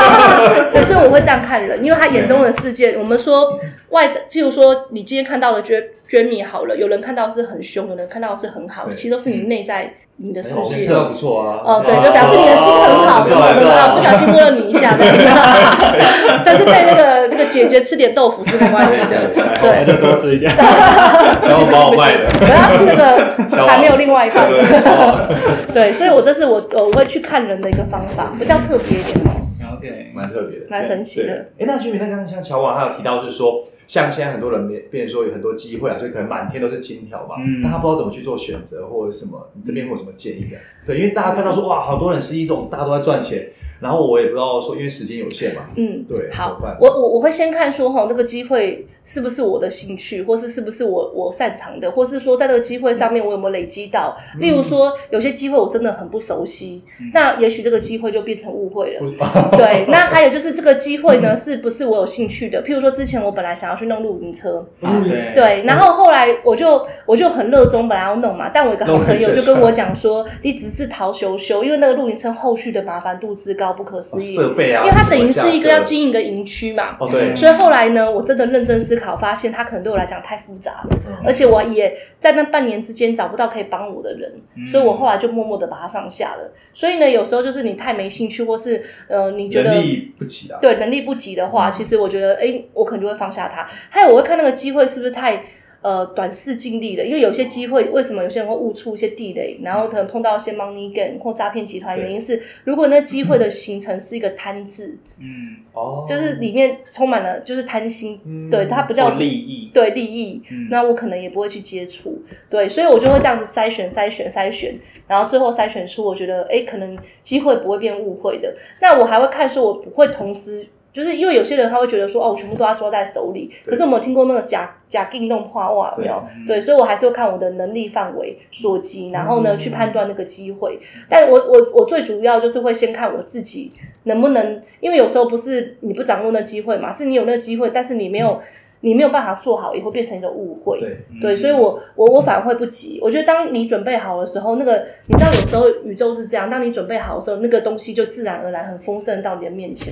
S4: 对，所以我会这样看人，因为他眼中的世界，我们说外在，譬如说你今天看到的 j j m 好了，有人看到是很凶，有人看到是很好，
S2: 对
S4: 其实都是你内在你的世
S2: 我
S4: 界
S2: 知。哦道不错啊，
S4: 哦，对，就表示你的心很好，
S2: 哦
S4: 怎么
S2: 不错
S4: 怎么
S2: 不错
S4: 不小心摸了你一下这样子， 但是被那个那个姐姐吃点豆腐是没关系的，
S2: 对
S4: 对，
S5: 就多吃一点。
S2: 然后把我卖了，
S4: 我要吃那个还没有另外一半
S2: 对不对？
S4: 对，所以我这是我我会去看人的一个方法，比较特别一点哦，
S1: OK，
S2: 蛮特别的。
S4: 蛮神奇的。
S2: 哎，那俊明，那刚刚像乔王还有提到，就是说，像现在很多人变变成说有很多机会啊，所以可能满天都是金条嘛。
S1: 嗯
S2: 那他不知道怎么去做选择或者什么，你这边会有什么建议啊的？对，因为大家看到说哇，好多人失忆中，大家都在赚钱，然后我也不知道说，因为时间有限嘛。
S4: 嗯，
S2: 对，
S4: 好
S2: 怎么办，
S4: 我我我会先看说哈，这个机会是不是我的兴趣，或是是不是我我擅长的，或是说在这个机会上面我有没有累积到？例如说，有些机会我真的很不熟悉，那也许这个机会就变成误会 了。
S2: 啊
S4: 对，那还有就是这个机会呢，是不是我有兴趣的？譬如说，之前我本来想要去弄露营车，
S1: 啊对，
S4: 对，然后后来我就我就很热衷，本来要弄嘛，但我一个好朋友就跟我讲说，你只是逃修修，因为那个露营车后续的麻烦度之高不可思议，
S2: 设备啊，
S4: 因为它等于哦是一个要
S2: 进
S4: 经营一个营区嘛。
S2: 哦，对，
S4: 所以后来呢，我真的认真思考，发现它可能对我来讲太复杂了，
S2: 嗯
S4: 而且我也在那半年之间找不到可以帮我的人，所以我后来就默默的把它放下了。所以呢，有时候就是你太没兴趣，或是呃，你觉得
S2: 人力不及啊。
S4: 对能力不及的话，其实我觉得，哎，我可能就会放下他。还有，我会看那个机会是不是太呃短视近利了，因为有些机会，为什么有些人会误触一些地雷，然后可能碰到一些 money game 或诈骗集团，
S2: 对
S4: 原因是如果那机会的形成是一个贪字，
S1: 嗯，
S2: 哦，
S4: 就是里面充满了就是贪心，
S2: 嗯
S4: 对它比较
S1: 或利益，
S4: 对利益，
S1: 嗯
S4: 那我可能也不会去接触，对，所以我就会这样子筛选、筛选、筛选，然后最后筛选出我觉得，哎，可能机会不会变误会的。那我还会看说，我不会同时，就是因为有些人他会觉得说，哦，我全部都要抓在手里，
S2: 对
S4: 可是我们有听过那个假假定弄花哇，有没有？
S1: 嗯
S4: 对，所以我还是会看我的能力范围所及，然后
S2: 嗯
S4: 呢去判断那个机会。但我我我最主要就是会先看我自己能不能，因为有时候不是你不掌握那机会嘛，是你有那个机会，但是你没有、你没有办法做好，也会变成一个误会。
S2: 对，
S4: 对，所以我我我反而会不急。我觉得当你准备好的时候，那个你知道，有时候宇宙是这样，当你准备好的时候，那个东西就自然而然很丰盛地到你的面前。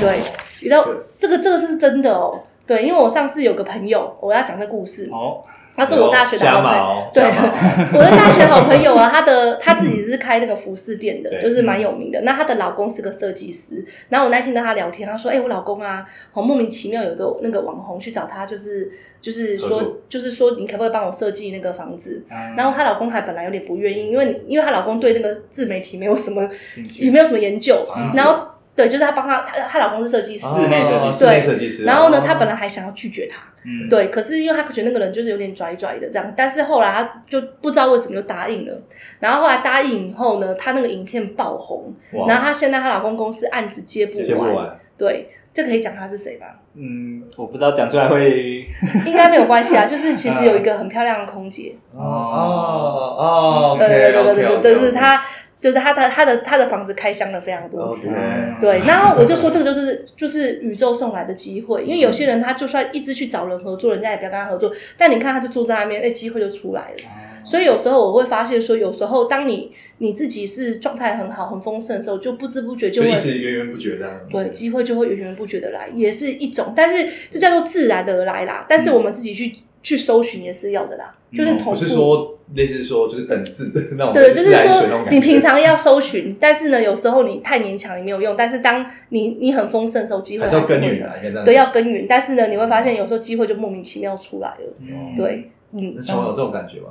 S4: 对，你知道
S2: 对
S4: 这个这个是真的哦。对，因为我上次有个朋友，我要讲这故事，
S1: 哦，
S4: 他是我大学的
S2: 加
S4: 好朋
S2: 码
S4: 友。
S2: 哦，
S4: 对
S2: 加码哦，
S4: 我的大学好朋友啊，她的她自己是开那个服饰店的，
S2: 对嗯
S4: 就是蛮有名的。那她的老公是个设计师，然后我那天跟她聊天，她说：“哎、我老公啊，好莫名其妙有一个那个网红去找她，就是就是
S2: 合
S4: 说
S2: 作
S4: 就是说你可不可以帮我设计那个房子？”
S1: 嗯
S4: 然后她老公还本来有点不愿意，因为你因为她老公对那个自媒体没有什么
S2: 兴趣
S4: 也没有什么研究
S1: 房，子
S4: 然后对，就是她帮她她她老公是设计师，
S1: 室内设计
S2: 哦
S1: 师
S2: 室内设计师。
S4: 然后呢，
S2: 哦
S4: 她本来还想要拒绝他，
S1: 嗯，
S4: 对，可是因为他觉得那个人就是有点拽拽的这样，但是后来他就不知道为什么就答应了。然后后来答应以后呢，他那个影片爆红，
S2: 哇
S4: 然后她现在她老公公司案子接不完，
S2: 接不完，
S4: 对，这可以讲他是谁吧？
S1: 嗯，我不知道讲出来会
S4: 应该没有关系啊，就是其实有一个很漂亮的空姐，
S2: 哦哦，
S4: 对对对对对对，就是
S2: 是
S4: 她，就是她她她的她的房子开箱了非常多次。
S1: 嗯
S2: OK，
S4: 对，然后我就说这个就是就是宇宙送来的机会，因为有些人他就算一直去找人合作，人家也不要跟他合作，但你看他就坐在那边，哎，机会就出来了。
S2: 哦
S4: 所以有时候我会发现说，有时候当你你自己是状态很好、很丰盛的时候，就不知不觉就
S2: 就
S4: 会
S2: 一直源源不绝这样。
S4: 对机会就会源源不绝的来，也是一种，但是这叫做自然而来啦。但是我们自己去、去搜寻也是要的啦，就是同
S2: 嗯不
S4: 步。
S2: 是说类似说就是等自那种
S4: 对，就是
S2: 自然水那种感
S4: 说
S2: 觉
S4: 你平常要搜寻，但是呢，有时候你太勉强也没有用。但是当你你很丰盛的时候，机会
S2: 还是要
S4: 会
S2: 耕耘
S4: 来
S2: 啊，应该这样。
S4: 对，要耕耘。但是呢，你会发现有时候机会就莫名其妙出来了。
S1: 嗯
S4: 对，嗯
S2: 那，乔有这种感觉吗？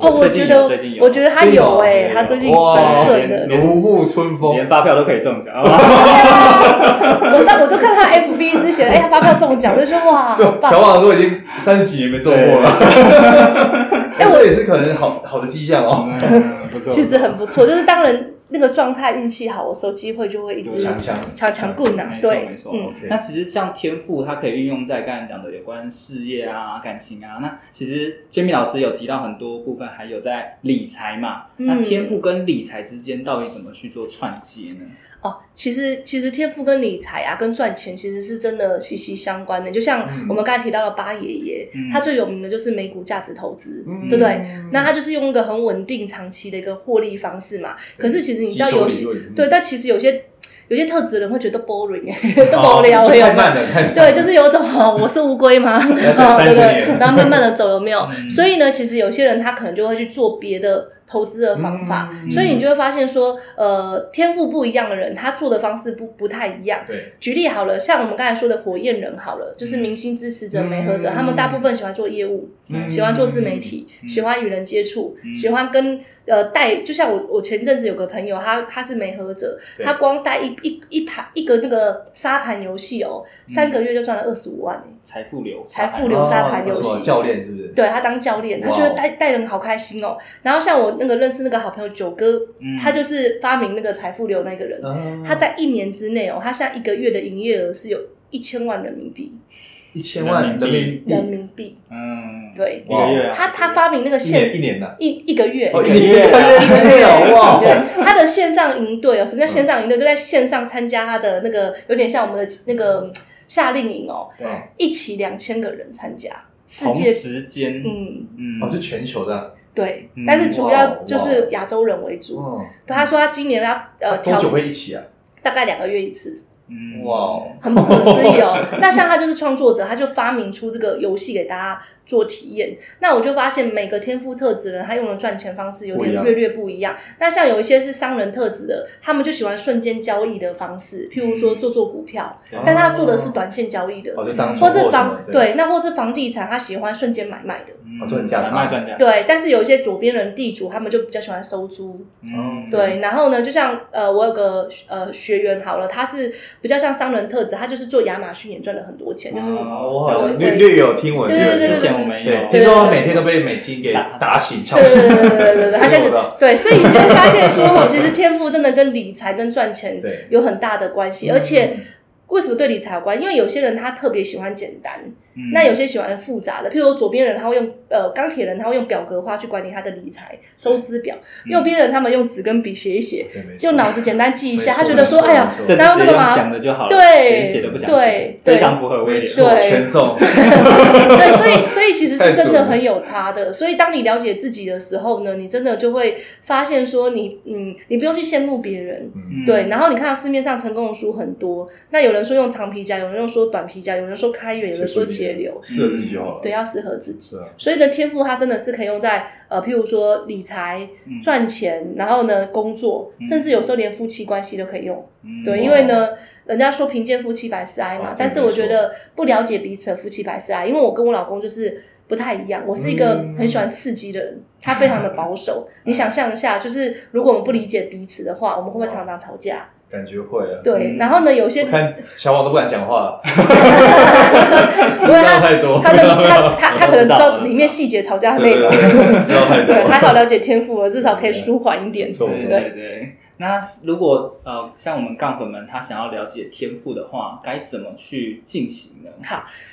S4: 哦，我
S1: 最近
S4: 觉
S1: 有
S4: 得
S1: 最近，有
S4: 我觉得他
S2: 最近有
S4: 有哎、
S1: 对
S4: 他最近
S2: 哇
S4: 很顺的。
S2: 如沐春风
S1: 连。发票都可以中奖，哦
S4: 我上我都看他 FB 之前，哎、他发票中奖，我就说哇，好
S2: 乔
S4: 棒！
S2: 瓦都已经三十几年没中过了， 哎，这也是可能好好的迹象哦。
S1: 嗯不错
S4: 其实很不错，就是当人那个状态、运气好的时候，机会就会一
S2: 有
S4: 直
S2: 强强，
S4: 强强棍呐、
S1: 没错
S4: 对
S1: 没，错
S4: 嗯，
S1: 那其实像天赋，它可以运用在刚才讲的有关事业啊、感情啊。那其实 Jamie 老师有提到很多部分，还有在理财嘛。
S4: 嗯
S1: 那天赋跟理财之间到底怎么去做串接呢？
S4: 哦，其实其实天赋跟理财啊，跟赚钱其实是真的息息相关的。就像
S2: 嗯
S4: 我们刚才提到的八爷爷，
S1: 嗯
S4: 他最有名的就是美股价值投资，
S2: 嗯
S4: 对不对？那他就是用一个很稳定、长期的一个获利方式嘛。可是其实你知道
S2: 基础
S4: 有
S2: 理
S4: 些
S2: 论嗯
S4: 对，但其实有些有些特质的人会觉得 boring，都无聊
S2: 哦
S4: 了，
S2: 这太
S4: 有没有
S2: 慢了，太慢了
S4: 对，就是有一种哦，我是乌龟 吗？哦，对
S2: 30
S4: 对，
S2: 年
S4: 然后慢慢的走，有没有？
S1: 嗯
S4: 所以呢，其实有些人他可能就会去做别的投资的方法，
S2: 嗯
S4: 所以你就会发现说，呃，天赋不一样的人，他做的方式不不太一样。
S2: 对，
S4: 举例好了，像我们刚才说的火焰人好了，就是明星支持者、
S2: 嗯
S4: 媒合者，他们大部分喜欢做业务，
S2: 嗯
S4: 喜欢做自媒体，
S1: 嗯
S4: 喜欢与人接触，喜欢跟呃带，就像我我前阵子有个朋友，他他是媒合者，
S2: 对
S4: 他光带一一一盘一个那个沙盘游戏哦，
S2: 嗯
S4: 三个月就赚了二十五万、欸
S1: 财富流，
S4: 财富流
S1: 流，
S4: 流沙盘游戏
S2: 哦什么教练是不是？
S4: 对啊他当教练，他
S2: 哇哦
S4: 觉得带带人好开心哦。然后像我那个认识那个好朋友九哥，
S1: 嗯
S4: 他就是发明那个财富流那个人，
S2: 啊，
S4: 他在一年之内哦，他现在一个月的营业额是有一千万人民币，
S2: 一千万人民币
S4: 人民币。
S1: 嗯，
S4: 对，
S1: 一个月啊，
S4: 他他发明那个
S2: 一年
S4: 线
S2: 一年的，
S4: 一一个月。
S2: 哦
S1: 一个月啊
S2: 一个月啊哇，嗯
S4: 对，他的线上营队哦，什么叫线上营队？就在线上参加他的那个，有点像我们的那个嗯夏令营哦，
S1: 对，
S4: 一起两千个人参加，世
S1: 同
S4: 界，
S1: 时间，
S4: 嗯，
S1: 嗯
S2: 哦，就全球的，
S4: 对
S1: 嗯，
S4: 但是主
S2: 哇
S4: 要
S2: 哦
S4: 就是亚洲人为主。
S2: 哦，
S4: 对，他说他今年要呃
S2: 多
S4: 调
S2: 久会一起啊？
S4: 大概两个月一次，
S1: 嗯
S2: 哇哦，
S4: 很不可思 议哦。那像他就是创作者，他就发明出这个游戏给大家做体验。那我就发现每个天赋特质的人，他用的赚钱方式有
S2: 不一
S4: 点
S2: 样
S4: 略略不一样。那像有一些是商人特质的，他们就喜欢瞬间交易的方式，譬如说做做股票，
S1: 对
S4: 但是他做的是短线交易的，
S2: 嗯哦，就当
S4: 或
S2: 做
S4: 是
S2: 什
S4: 房
S2: 么
S4: 对，那或是房地产，他喜欢瞬间买卖的。
S1: 嗯
S2: 哦赚价差
S1: 买卖赚价，
S4: 对，但是有一些左边人地主，他们就比较喜欢收租，
S1: 嗯，
S4: 对，然后呢，就像呃，我有个呃学员好了，他是比较像商人特质，他就是做亚马逊也赚了很多钱，就是
S2: 哦
S1: 哦
S2: 我好
S4: 我
S2: 像略略有听闻，
S4: 对对对对
S1: 之前我们有
S2: 对，听说他每天都被美金给
S1: 打
S2: 打醒敲
S4: 对
S2: 醒，
S4: 对对对对对对，他现在
S2: 我知
S4: 就
S2: 道
S4: 对，所以你就会发现说，哦，其实天赋真的跟理财跟赚钱
S2: 对
S4: 有很大的关系，而且。为什么对理财有关？因为有些人他特别喜欢简单，
S1: 嗯
S4: 那有些喜欢复杂的。譬如左边人他会用呃钢铁人他会用表格化去管理他的理财收支表，右边人他们用纸跟笔写一写，
S2: 对没错
S4: 就脑子简单记一下。
S2: 没错
S4: 他觉得说，
S2: 没错
S4: 哎呀
S2: 没，错
S1: 嗯甚至
S4: 哪
S1: 直
S4: 有
S1: 接
S4: 那么
S1: 用
S4: 麻
S1: 讲的就好了，
S4: 对
S1: 连写的不想写
S4: 对
S1: 非
S4: 对
S1: 常符合我
S2: 没
S1: 理。
S2: 错，
S4: 对
S2: 全中，
S4: 对，所以所以其实是真的很有差的。所以当你了解自己的时候呢，你真的就会发现说你，嗯，你不用去羡慕别人。
S1: 嗯
S4: 对，然后你看到市面上成功的书很多，那有人说用长皮夹，有人用说短皮夹，有人说开源，有人说
S2: 是不一
S4: 些流。
S2: 适合自己就好了。
S4: 对，要适合自己。
S2: 是啊，
S4: 所以呢，天赋它真的是可以用在呃，譬如说理财、赚钱，然后呢工作，甚至有时候连夫妻关系都可以用。对，因为呢，人家说贫贱夫妻百事哀嘛，
S2: 哦对
S4: 但是我觉得不了解彼此的夫妻百事哀，因为我跟我老公就是。不太一样，我是一个
S2: 嗯
S4: 很喜欢刺激的人，他非常的保守。你想象一下，就是如果我们不理解彼此的话，我们会不会常常吵架？
S2: 感觉会啊。
S4: 对，
S1: 嗯
S4: 然后呢，有些
S2: 我看小王都不敢讲 话了，
S4: 不
S2: 知
S4: 会
S2: 道
S4: 他
S2: 太多，
S4: 他的他他他可能
S2: 知道
S4: 到里面细节吵架的内
S2: 对啊
S4: 容
S2: 对，对，知道太
S4: 对，还
S2: 多。
S4: 好了解天赋了，至少可以舒缓一点
S2: 没。错
S1: 对对对。那如果呃，像我们杠粉们他想要了解天赋的话，该怎么去进行呢？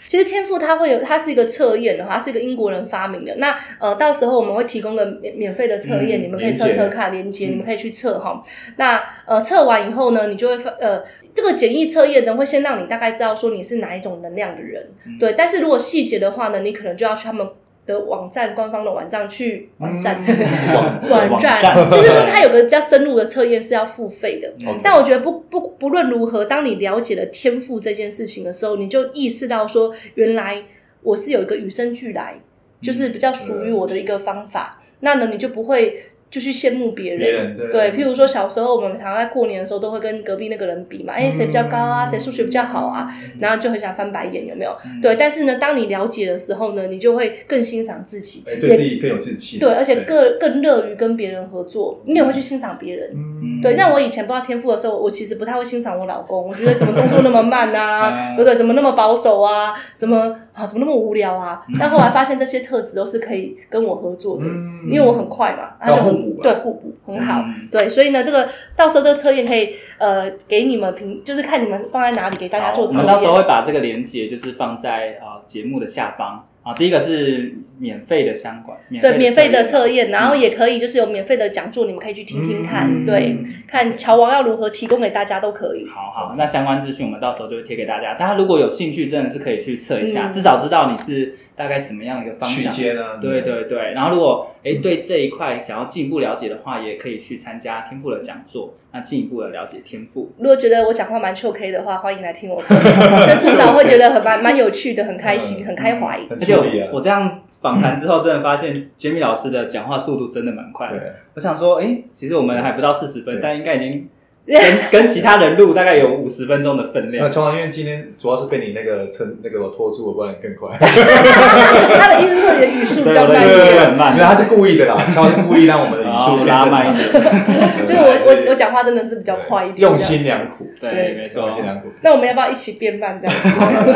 S4: 其实天赋它会有，它是一个测验的话，它是一个英国人发明的。那呃，到时候我们会提供个免免费的测验，
S1: 嗯
S4: 你们可以
S2: 连
S4: 测
S2: 结
S4: 测看，连接你们可以去测哈。那呃，测完以后呢，你就会发呃，这个简易测验呢会先让你大概知道说你是哪一种能量的人，对。但是如果细节的话呢，你可能就要去他们。的网站官方的网站去网站、
S2: 嗯网
S4: 网站，
S1: 站
S4: 就是说它有个比较深入的测验是要付费的，
S2: OK
S4: 但我觉得不不不论如何，当你了解了天赋这件事情的时候，你就意识到说，原来我是有一个与生俱来，就是比较属于我的一个方
S2: 嗯
S4: 法。那呢，你就不会就去羡慕别
S2: 别
S4: 人。
S2: 人对
S4: 对，譬如说小时候我们常在过年的时候都会跟隔壁那个人
S2: 嗯
S4: 比嘛，哎、谁比较高啊，谁数学比较好啊，然后就很想翻白眼，有没有？
S2: 嗯
S4: 对，但是呢，当你了解的时候呢，你就会更欣赏自己，
S2: 哎对自己更有自信，
S4: 对，而且更更乐于跟别人合作，你也会去欣赏别人。
S2: 嗯
S4: 对，那我以前不知道天赋的时候，我其实不太会欣赏我老公，我觉得怎么动作那么慢啊，
S1: 嗯
S4: 对不对？怎么那么保守啊？怎么啊？怎么那么无聊啊？但后来发现这些特质都是可以跟我合作的，
S2: 嗯
S4: 因为我很快嘛，他
S2: 要
S4: 就很
S2: 互补啊
S4: 对互补很好。
S1: 嗯
S4: 对，所以呢，这个到时候这个测验可以呃给你们评，就是看你们放在哪里给大家
S1: 好
S4: 做
S1: 我
S4: 测
S1: 们到时候
S4: 验。
S1: 会把这个连接就是放在呃节目的下方啊。第一个是免费的相关，
S4: 对，免费的
S1: 验。
S4: 测
S1: 嗯
S4: 验，然后也可以就是有免费的讲座，你们可以去听听看，
S2: 嗯
S4: 对，看乔王要如何提供给大家都可以。
S1: 好好，那相关资讯我们到时候就会贴给大家。大家如果有兴趣，真的是可以去测一下，
S4: 嗯
S1: 至少知道你是大概什么样一个方
S2: 区
S1: 向。
S2: 间啊，
S1: 对对对，然后如果哎对这一块想要进一步了解的话，也可以去参加天赋的讲座，那进一步的了解天赋。
S4: 如果觉得我讲话蛮臭 K 的话，欢迎来听我的， 就至少会觉得很蛮蛮有趣的，很开心，
S2: 嗯
S4: 很开怀。
S2: 很
S1: 而且
S2: 处
S1: 我
S2: 理啊，
S1: 我这样访谈之后，真的发现杰米老师的讲话速度真的蛮快的。
S2: 对，
S1: 我想说，哎，其实我们还不到四十分
S2: 对，
S1: 但应该已经跟跟其他人录大概有五十分钟的分
S2: 那
S1: 量。
S2: 乔王因为今天主要是被你那个撑那个我拖住了，不然更 快。
S4: 他的意思是说你的语速比较慢哦一
S1: 对对
S4: 点
S1: 对。很慢
S2: 因为他是故意的 啦，乔王是故意让我们的语
S1: 好
S2: 速
S1: 拉慢一点。
S2: 点
S4: 就是我我我讲话真的是比较快一点。
S2: 用。心良苦，
S1: 对，没错
S2: 用。心 良苦。
S4: 那我们要不要一起变慢这 样子？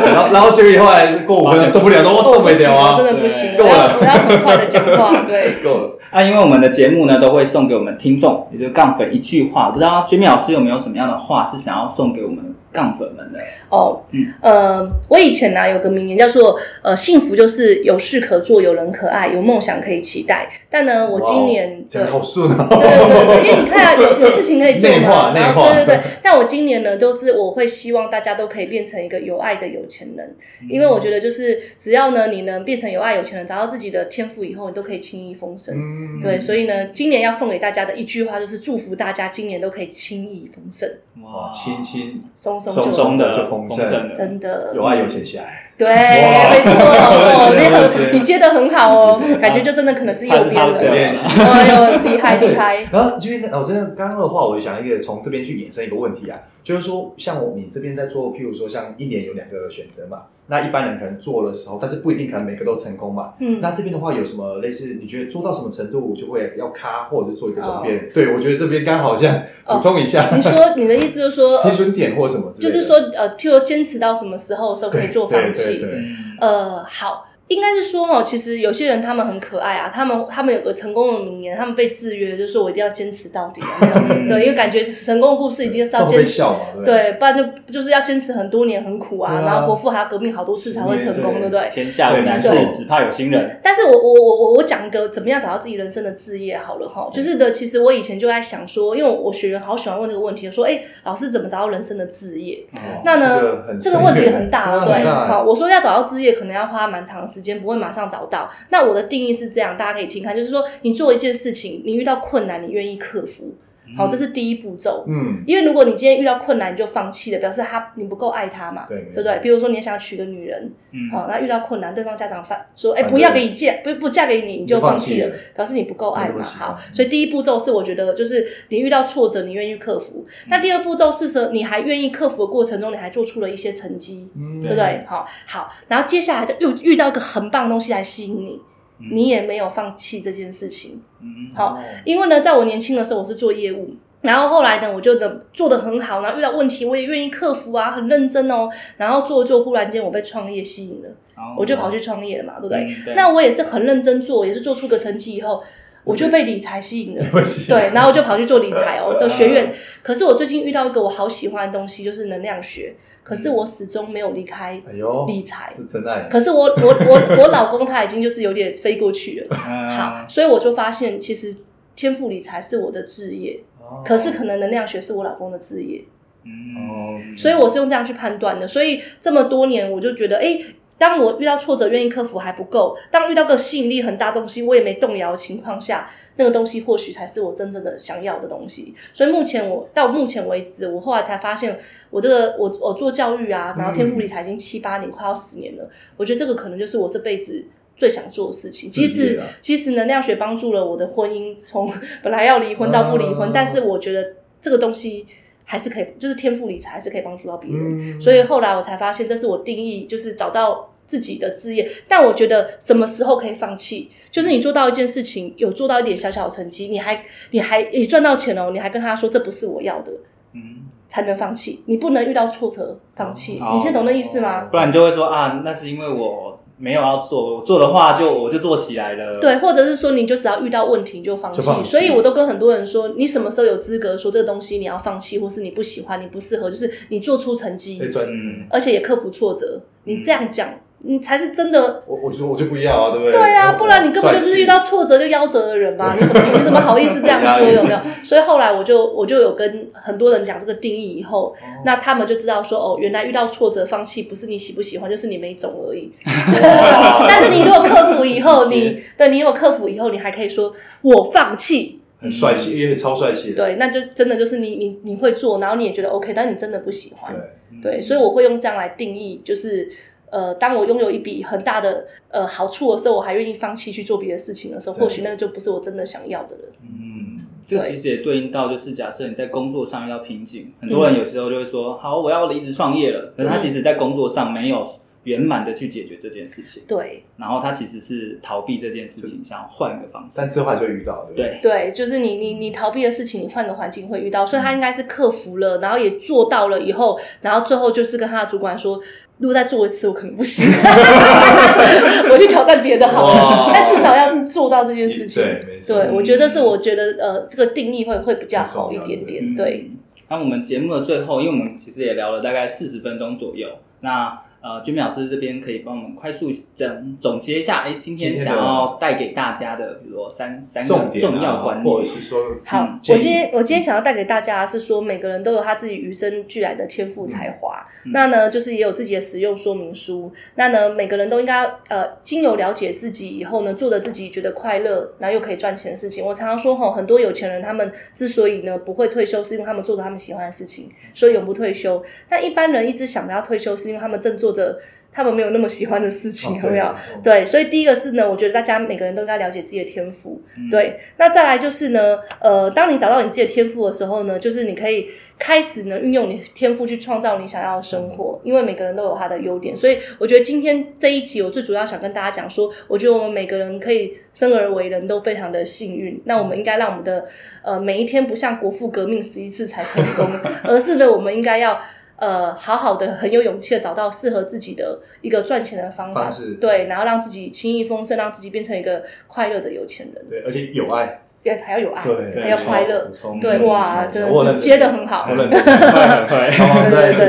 S2: 然后然后结果后来过五分钟受不了，都
S4: 哦，
S2: 动
S4: 不
S2: 没
S4: 行，
S2: 了
S4: 我真
S2: 啊，
S4: 的不行，
S2: 对
S4: 我
S2: 够
S4: 要
S2: 了
S4: 我要很快的讲话。 对，
S2: 够了。
S1: 啊，因为我们的节目呢都会送给我们听众，也就是杠粉一句话。我不知道 Jimmy 老师有没有什么样的话是想要送给我们杠粉们的？
S4: 哦
S1: 嗯，
S4: 呃，我以前呢、有个名言叫做呃，幸福就是有事可做，有人可爱，有梦想可以期待。但呢，我今年
S2: 讲
S4: 对
S2: 的好顺啊，
S4: 对对对，因为你看、啊、有有事情可以做
S2: 内
S4: 嘛
S2: 化，
S4: 然后
S2: 内化
S4: 对对对。但我今年呢，都是我会希望大家都可以变成一个有爱的有钱人，
S2: 嗯
S4: 因为我觉得就是只要呢你能变成有爱有钱人，找到自己的天赋以后，你都可以轻易丰盛。
S2: 嗯，
S4: 对，所以呢，今年要送给大家的一句话就是祝福大家今年都可以轻易丰盛，
S2: 哇，亲亲，
S4: 松松
S2: 松
S4: 就
S1: 真
S2: 松
S1: 的
S2: 就丰盛
S1: 了。
S4: 真的
S2: 有爱有钱起来，
S4: 对，
S2: 哇
S4: 没错， 哦，
S2: 我也
S4: 你
S2: 觉得我也觉得
S4: 很你接的很 好哦，感觉就真的可能是右边
S1: 他是他是
S4: 了，
S1: 对
S2: 练习。
S4: 哎呦， 厉害
S2: 啊对
S4: 厉害，
S2: 然后就是哦，真的，刚刚的话，我就想一个从这边去衍生一个问题啊，就是说，像我你这边在做，譬如说像一年有两个选择嘛，那一般人可能做的时候，但是不一定可能每个都成功嘛。
S4: 嗯
S2: 那这边的话，有什么类似？你觉得做到什么程度就会要卡，或者是做一个
S4: 哦
S2: 转变？对我觉得这边刚好像 补充一下
S4: 你说你的意思就是说，呃
S2: 停损点或什么之类
S4: 就
S2: 的，
S4: 是说，呃，譬如坚持到什么时候的时候可以做放
S2: 对
S4: 弃
S2: 对。对，
S4: 呃，好，应该是说哦，其实有些人他们很可爱啊，他们他们有个成功的名言，他们被制约，就是说我一定要坚持到底，有没
S1: 嗯
S4: 有对，因为感觉成功的故事一定是要
S2: 嗯会不会
S4: 坚持。
S2: 笑嘛，对不对？
S4: 对，不然就就是要坚持很多年，很苦啊，
S2: 对啊
S4: 然后国父还要革命好多次才会成功，
S2: 十年
S4: 对不对？
S1: 天下无难事
S2: 对，
S1: 只怕有心人。
S4: 但是我我我我我讲一个怎么样找到自己人生的置业好了
S2: 嗯
S4: 哈，就是的，其实我以前就在想说，因为我学员好喜欢问这个问题，说哎，老师怎么找到人生的置业？
S2: 哦
S4: 那呢
S2: 这个很
S4: 这个问题很大哦，
S2: 深远
S4: 对，
S2: 很大
S4: 好，我说要找到置业可能要花蛮长的时间，不会马上找到。那我的定义是这样，大家可以听看，就是说你做一件事情，你遇到困难，你愿意克服。好，这是第一步骤。
S2: 嗯，
S4: 因为如果你今天遇到困难你就放弃了，表示他你不够爱他嘛，
S2: 对
S4: 不对？比如说你想娶个女人，
S1: 嗯，
S4: 好、哦那遇到困难，对方家长反说，哎，
S2: 反
S4: 不要
S2: 对
S4: 给你嫁，不不嫁给你，你
S2: 你
S4: 就放
S2: 放
S4: 弃了，
S2: 了，
S4: 表示你不够爱
S2: 你不
S4: 嘛。
S2: 喜欢
S4: 好，所以第一步骤是我觉得就是你遇到挫折，你愿意克服。那第二步骤是说你还愿意克服的过程中，你还做出了一些成绩，
S2: 嗯，
S4: 对不对？好，好，然后接下来的又遇到一个很棒的东西来吸引你，
S1: 嗯
S4: 你也没有放弃这件事情。
S1: 嗯
S2: 哦
S1: 嗯
S4: 好因为呢，在我年轻的时候，我是做业务。然后后来呢，我就能做得很好，然后遇到问题我也愿意克服啊，很认真哦。然后做做，忽然间我被创业吸引了，
S1: 好
S4: 我就跑去创业了嘛，对不对？
S1: 哦嗯对
S4: 那我也是很认真做，也是做出个成绩以后，我就被理财吸引了。
S2: 对不起，
S4: 对，然后我就跑去做理财哦的学院。可是我最近遇到一个我好喜欢的东西，就是能量学。可是我始终没有离开
S2: 哎呦，
S4: 理财。
S2: 是真爱，
S4: 可是我我我我老公他已经就是有点飞过去了。
S1: 嗯
S4: 好，所以我就发现其实天赋理财是我的置业，
S2: 哦
S4: 可是可能能量学是我老公的置业，
S1: 嗯，
S4: 所以我是用这样去判断的。所以这么多年，我就觉得，哎、当我遇到挫折愿意克服还不够，当遇到个吸引力很大的东西我也没动摇的情况下，那个东西或许才是我真正的想要的东西。所以目前我到目前为止，我后来才发现，我这个我我做教育啊，然后天赋理财已经七八年，快要十年了。我觉得这个可能就是我这辈子。最想做的事情，其
S2: 置业
S4: 实
S2: 啊
S4: 其实能量学帮助了我的婚姻，从本来要离婚到不离婚，
S2: 啊
S4: 但是我觉得这个东西还是可以，就是天赋理财还是可以帮助到别人。
S2: 嗯
S4: 所以后来我才发现，这是我定义，就是找到自己的置业。但我觉得什么时候可以放弃，就是你做到一件事情，有做到一点小小的成绩，你还你还你赚到钱哦，你还跟他说这不是我要的，
S1: 嗯，
S4: 才能放弃。你不能遇到挫折放弃，
S1: 哦
S2: 嗯
S4: 你听懂那意思吗？
S2: 哦
S1: 不然你就会说啊，那是因为我没有要做，我做的话就我就做起来了。
S4: 对，或者是说你就只要遇到问题你就放弃，
S2: 就放弃
S4: 所以我都跟很多人说，你什么时候有资格说这个东西你要放弃，或是你不喜欢、你不适合，就是你做出成绩，
S2: 被赚，
S1: 嗯，
S4: 而且也克服挫折，你这样讲，你才是真的
S2: 我我就我就不要啊，对不对？
S4: 对啊，
S2: 我
S4: 不然你根本就是遇到挫折就夭折的人吧？你怎么你怎么好意思这样说？有没有？所以后来我就我就有跟很多人讲这个定义以后，那他们就知道说哦，原来遇到挫折放弃不是你喜不喜欢，就是你没种而已。但是你如果克服以后，
S1: 直接
S4: 你对你有克服以后，你还可以说我放弃。
S2: 很帅
S4: 嗯
S2: 气，也超帅气的，
S4: 对，那就真的就是你你你会做，然后你也觉得 OK，但你真的不喜欢。
S2: 对，
S4: 对，所以我会用这样来定义，就是呃，当我拥有一笔很大的呃好处的时候，我还愿意放弃去做别的事情的时候，
S2: 对
S4: 或许那个就不是我真的想要的了。
S1: 嗯，这其实也对应到，就是假设你在工作上遇到瓶颈，
S4: 嗯
S1: 很多人有时候就会说，好，我要离职创业了，可是他其实在工作上没有圆满的去解决这件事情，
S4: 对
S1: 然后他其实是逃避这件事情，想要换个方式。
S2: 但这话就会遇到，对不对？
S1: 对，
S4: 对，就是你你你逃避的事情，你换个环境会遇到，所以
S2: 嗯
S4: 他应该是克服了，然后也做到了以后，然后最后就是跟他的主管说。如果再做一次，我可能不 行，我去挑战别的好了
S2: 哇。
S4: 但至少要做到这件事情。
S2: 对，没错，嗯
S4: 对，我觉得是，我觉得呃，这个定义会会比较好一点点。
S1: 嗯
S4: 对，。
S1: 那我们节目的最后，因为我们其实也聊了大概四十分钟左右，那呃，君老师这边可以帮我们快速整总结一下，哎，今天
S2: 今天的
S1: 想要带给大家的，比如说三三个
S2: 重点啊
S1: 重要观
S2: 或
S1: 念
S2: 者。是说，
S4: 好，
S2: 嗯建
S4: 我
S2: 议
S4: 今天我今天想要带给大家的是说，每个人都有他自己与生俱来的天赋才华。
S2: 嗯
S4: 那呢，就是也有自己的使用说明书。那呢，每个人都应该呃，经由了解自己以后呢，做的自己觉得快乐，然后又可以赚钱的事情。我常常说吼，很多有钱人他们之所以呢不会退休，是因为他们做着他们喜欢的事情，所以永不退休。但一般人一直想要退休，是因为他们正做着他们没有那么喜欢的事情，
S2: 哦
S4: 有没有？？
S2: 对
S4: 对，所以第一个是呢，我觉得大家每个人都应该了解自己的天赋。对，那再来就是呢，呃，当你找到你自己的天赋的时候呢，就是你可以开始呢运用你的天赋去创造你想要的生活，因为每个人都有他的优点。所以我觉得今天这一集，我最主要想跟大家讲说，我觉得我们每个人可以生而为人都非常的幸运。那我们应该让我们的呃每一天不像国父革命十一次才成功，而是呢，我们应该要。呃，好好的，很有勇气的找到适合自己的一个赚钱的方法，
S2: 方式
S4: 对，然后让自己轻易丰盛，让自己变成一个快乐的有钱人，
S2: 对，而且有爱，
S4: 也还要有爱，
S2: 对，
S4: 还要快乐，
S2: 从，
S4: 对，
S2: 从
S4: 哇，
S2: 从
S4: 真的
S2: 我
S4: 是
S2: 认
S4: 接的很好
S2: 我。认真，
S1: 对
S2: 对对
S4: 对对
S2: 对，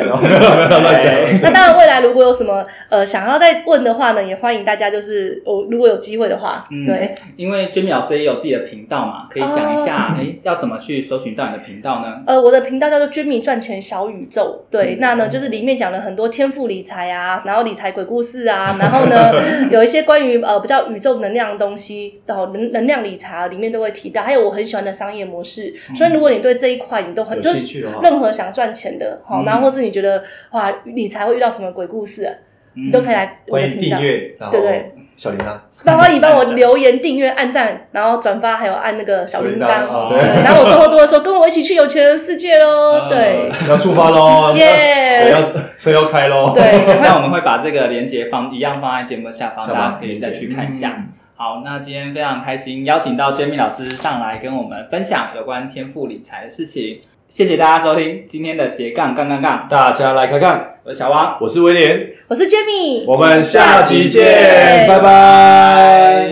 S2: 乱讲，
S4: 那当然，未来如果有什么呃想要再问的话呢，也欢迎大家，就是我如果有机会的话，
S1: 嗯
S2: 哎
S4: 对，
S1: 因为 Jimmy 老师也有自己的频道嘛，可以讲一下，
S4: 哦
S1: 哎、要怎么去搜寻到你的频道呢？
S4: 呃，我的频道叫做 Jimmy 赚钱小宇宙，
S2: 嗯
S4: 对，那呢就是里面讲了很多天赋理财啊，然后理财鬼故事啊， 哦然后呢有一些关于呃比较宇宙能量的东西，然后能能量理财、啊、里面都会提提到，还有我很喜欢的商业模式。所以如果你对这一块你都很
S2: 嗯有
S4: 就
S2: 兴趣的话
S4: 任何想赚钱的，好、
S2: 嗯
S4: 然后或是你觉得哇，理财会遇到什么鬼故事、啊，
S1: 嗯
S4: 你都可以来我
S2: 嗯欢
S4: 的
S2: 迎
S4: 频道
S2: 订。阅，然后
S4: 对对
S2: 小铃铛，
S4: 那欢迎帮我留言、订阅、按赞，然后转发，还有按那个小铃铛。
S2: 哦
S4: 对然后我最后都会说，跟我一起去有钱人世界喽！对，
S2: 要出发喽，
S4: 耶
S2: 对要车要开喽，
S4: 对，赶快
S1: 那我们会把这个连接放一样放在节目的下方，
S2: 下
S1: 大
S2: 方
S1: 家可以再去看一下。
S2: 嗯
S1: 好，那今天非常开心，邀请到 Jamie 老师上来跟我们分享有关天赋理财的事情。谢谢大家收听今天的斜杠杠杠杠，
S2: 大家来看看，
S1: 我是小汪，
S2: 我是威廉，
S4: 我是 Jamie，
S2: 我们下期见，拜
S1: 拜
S2: 拜。。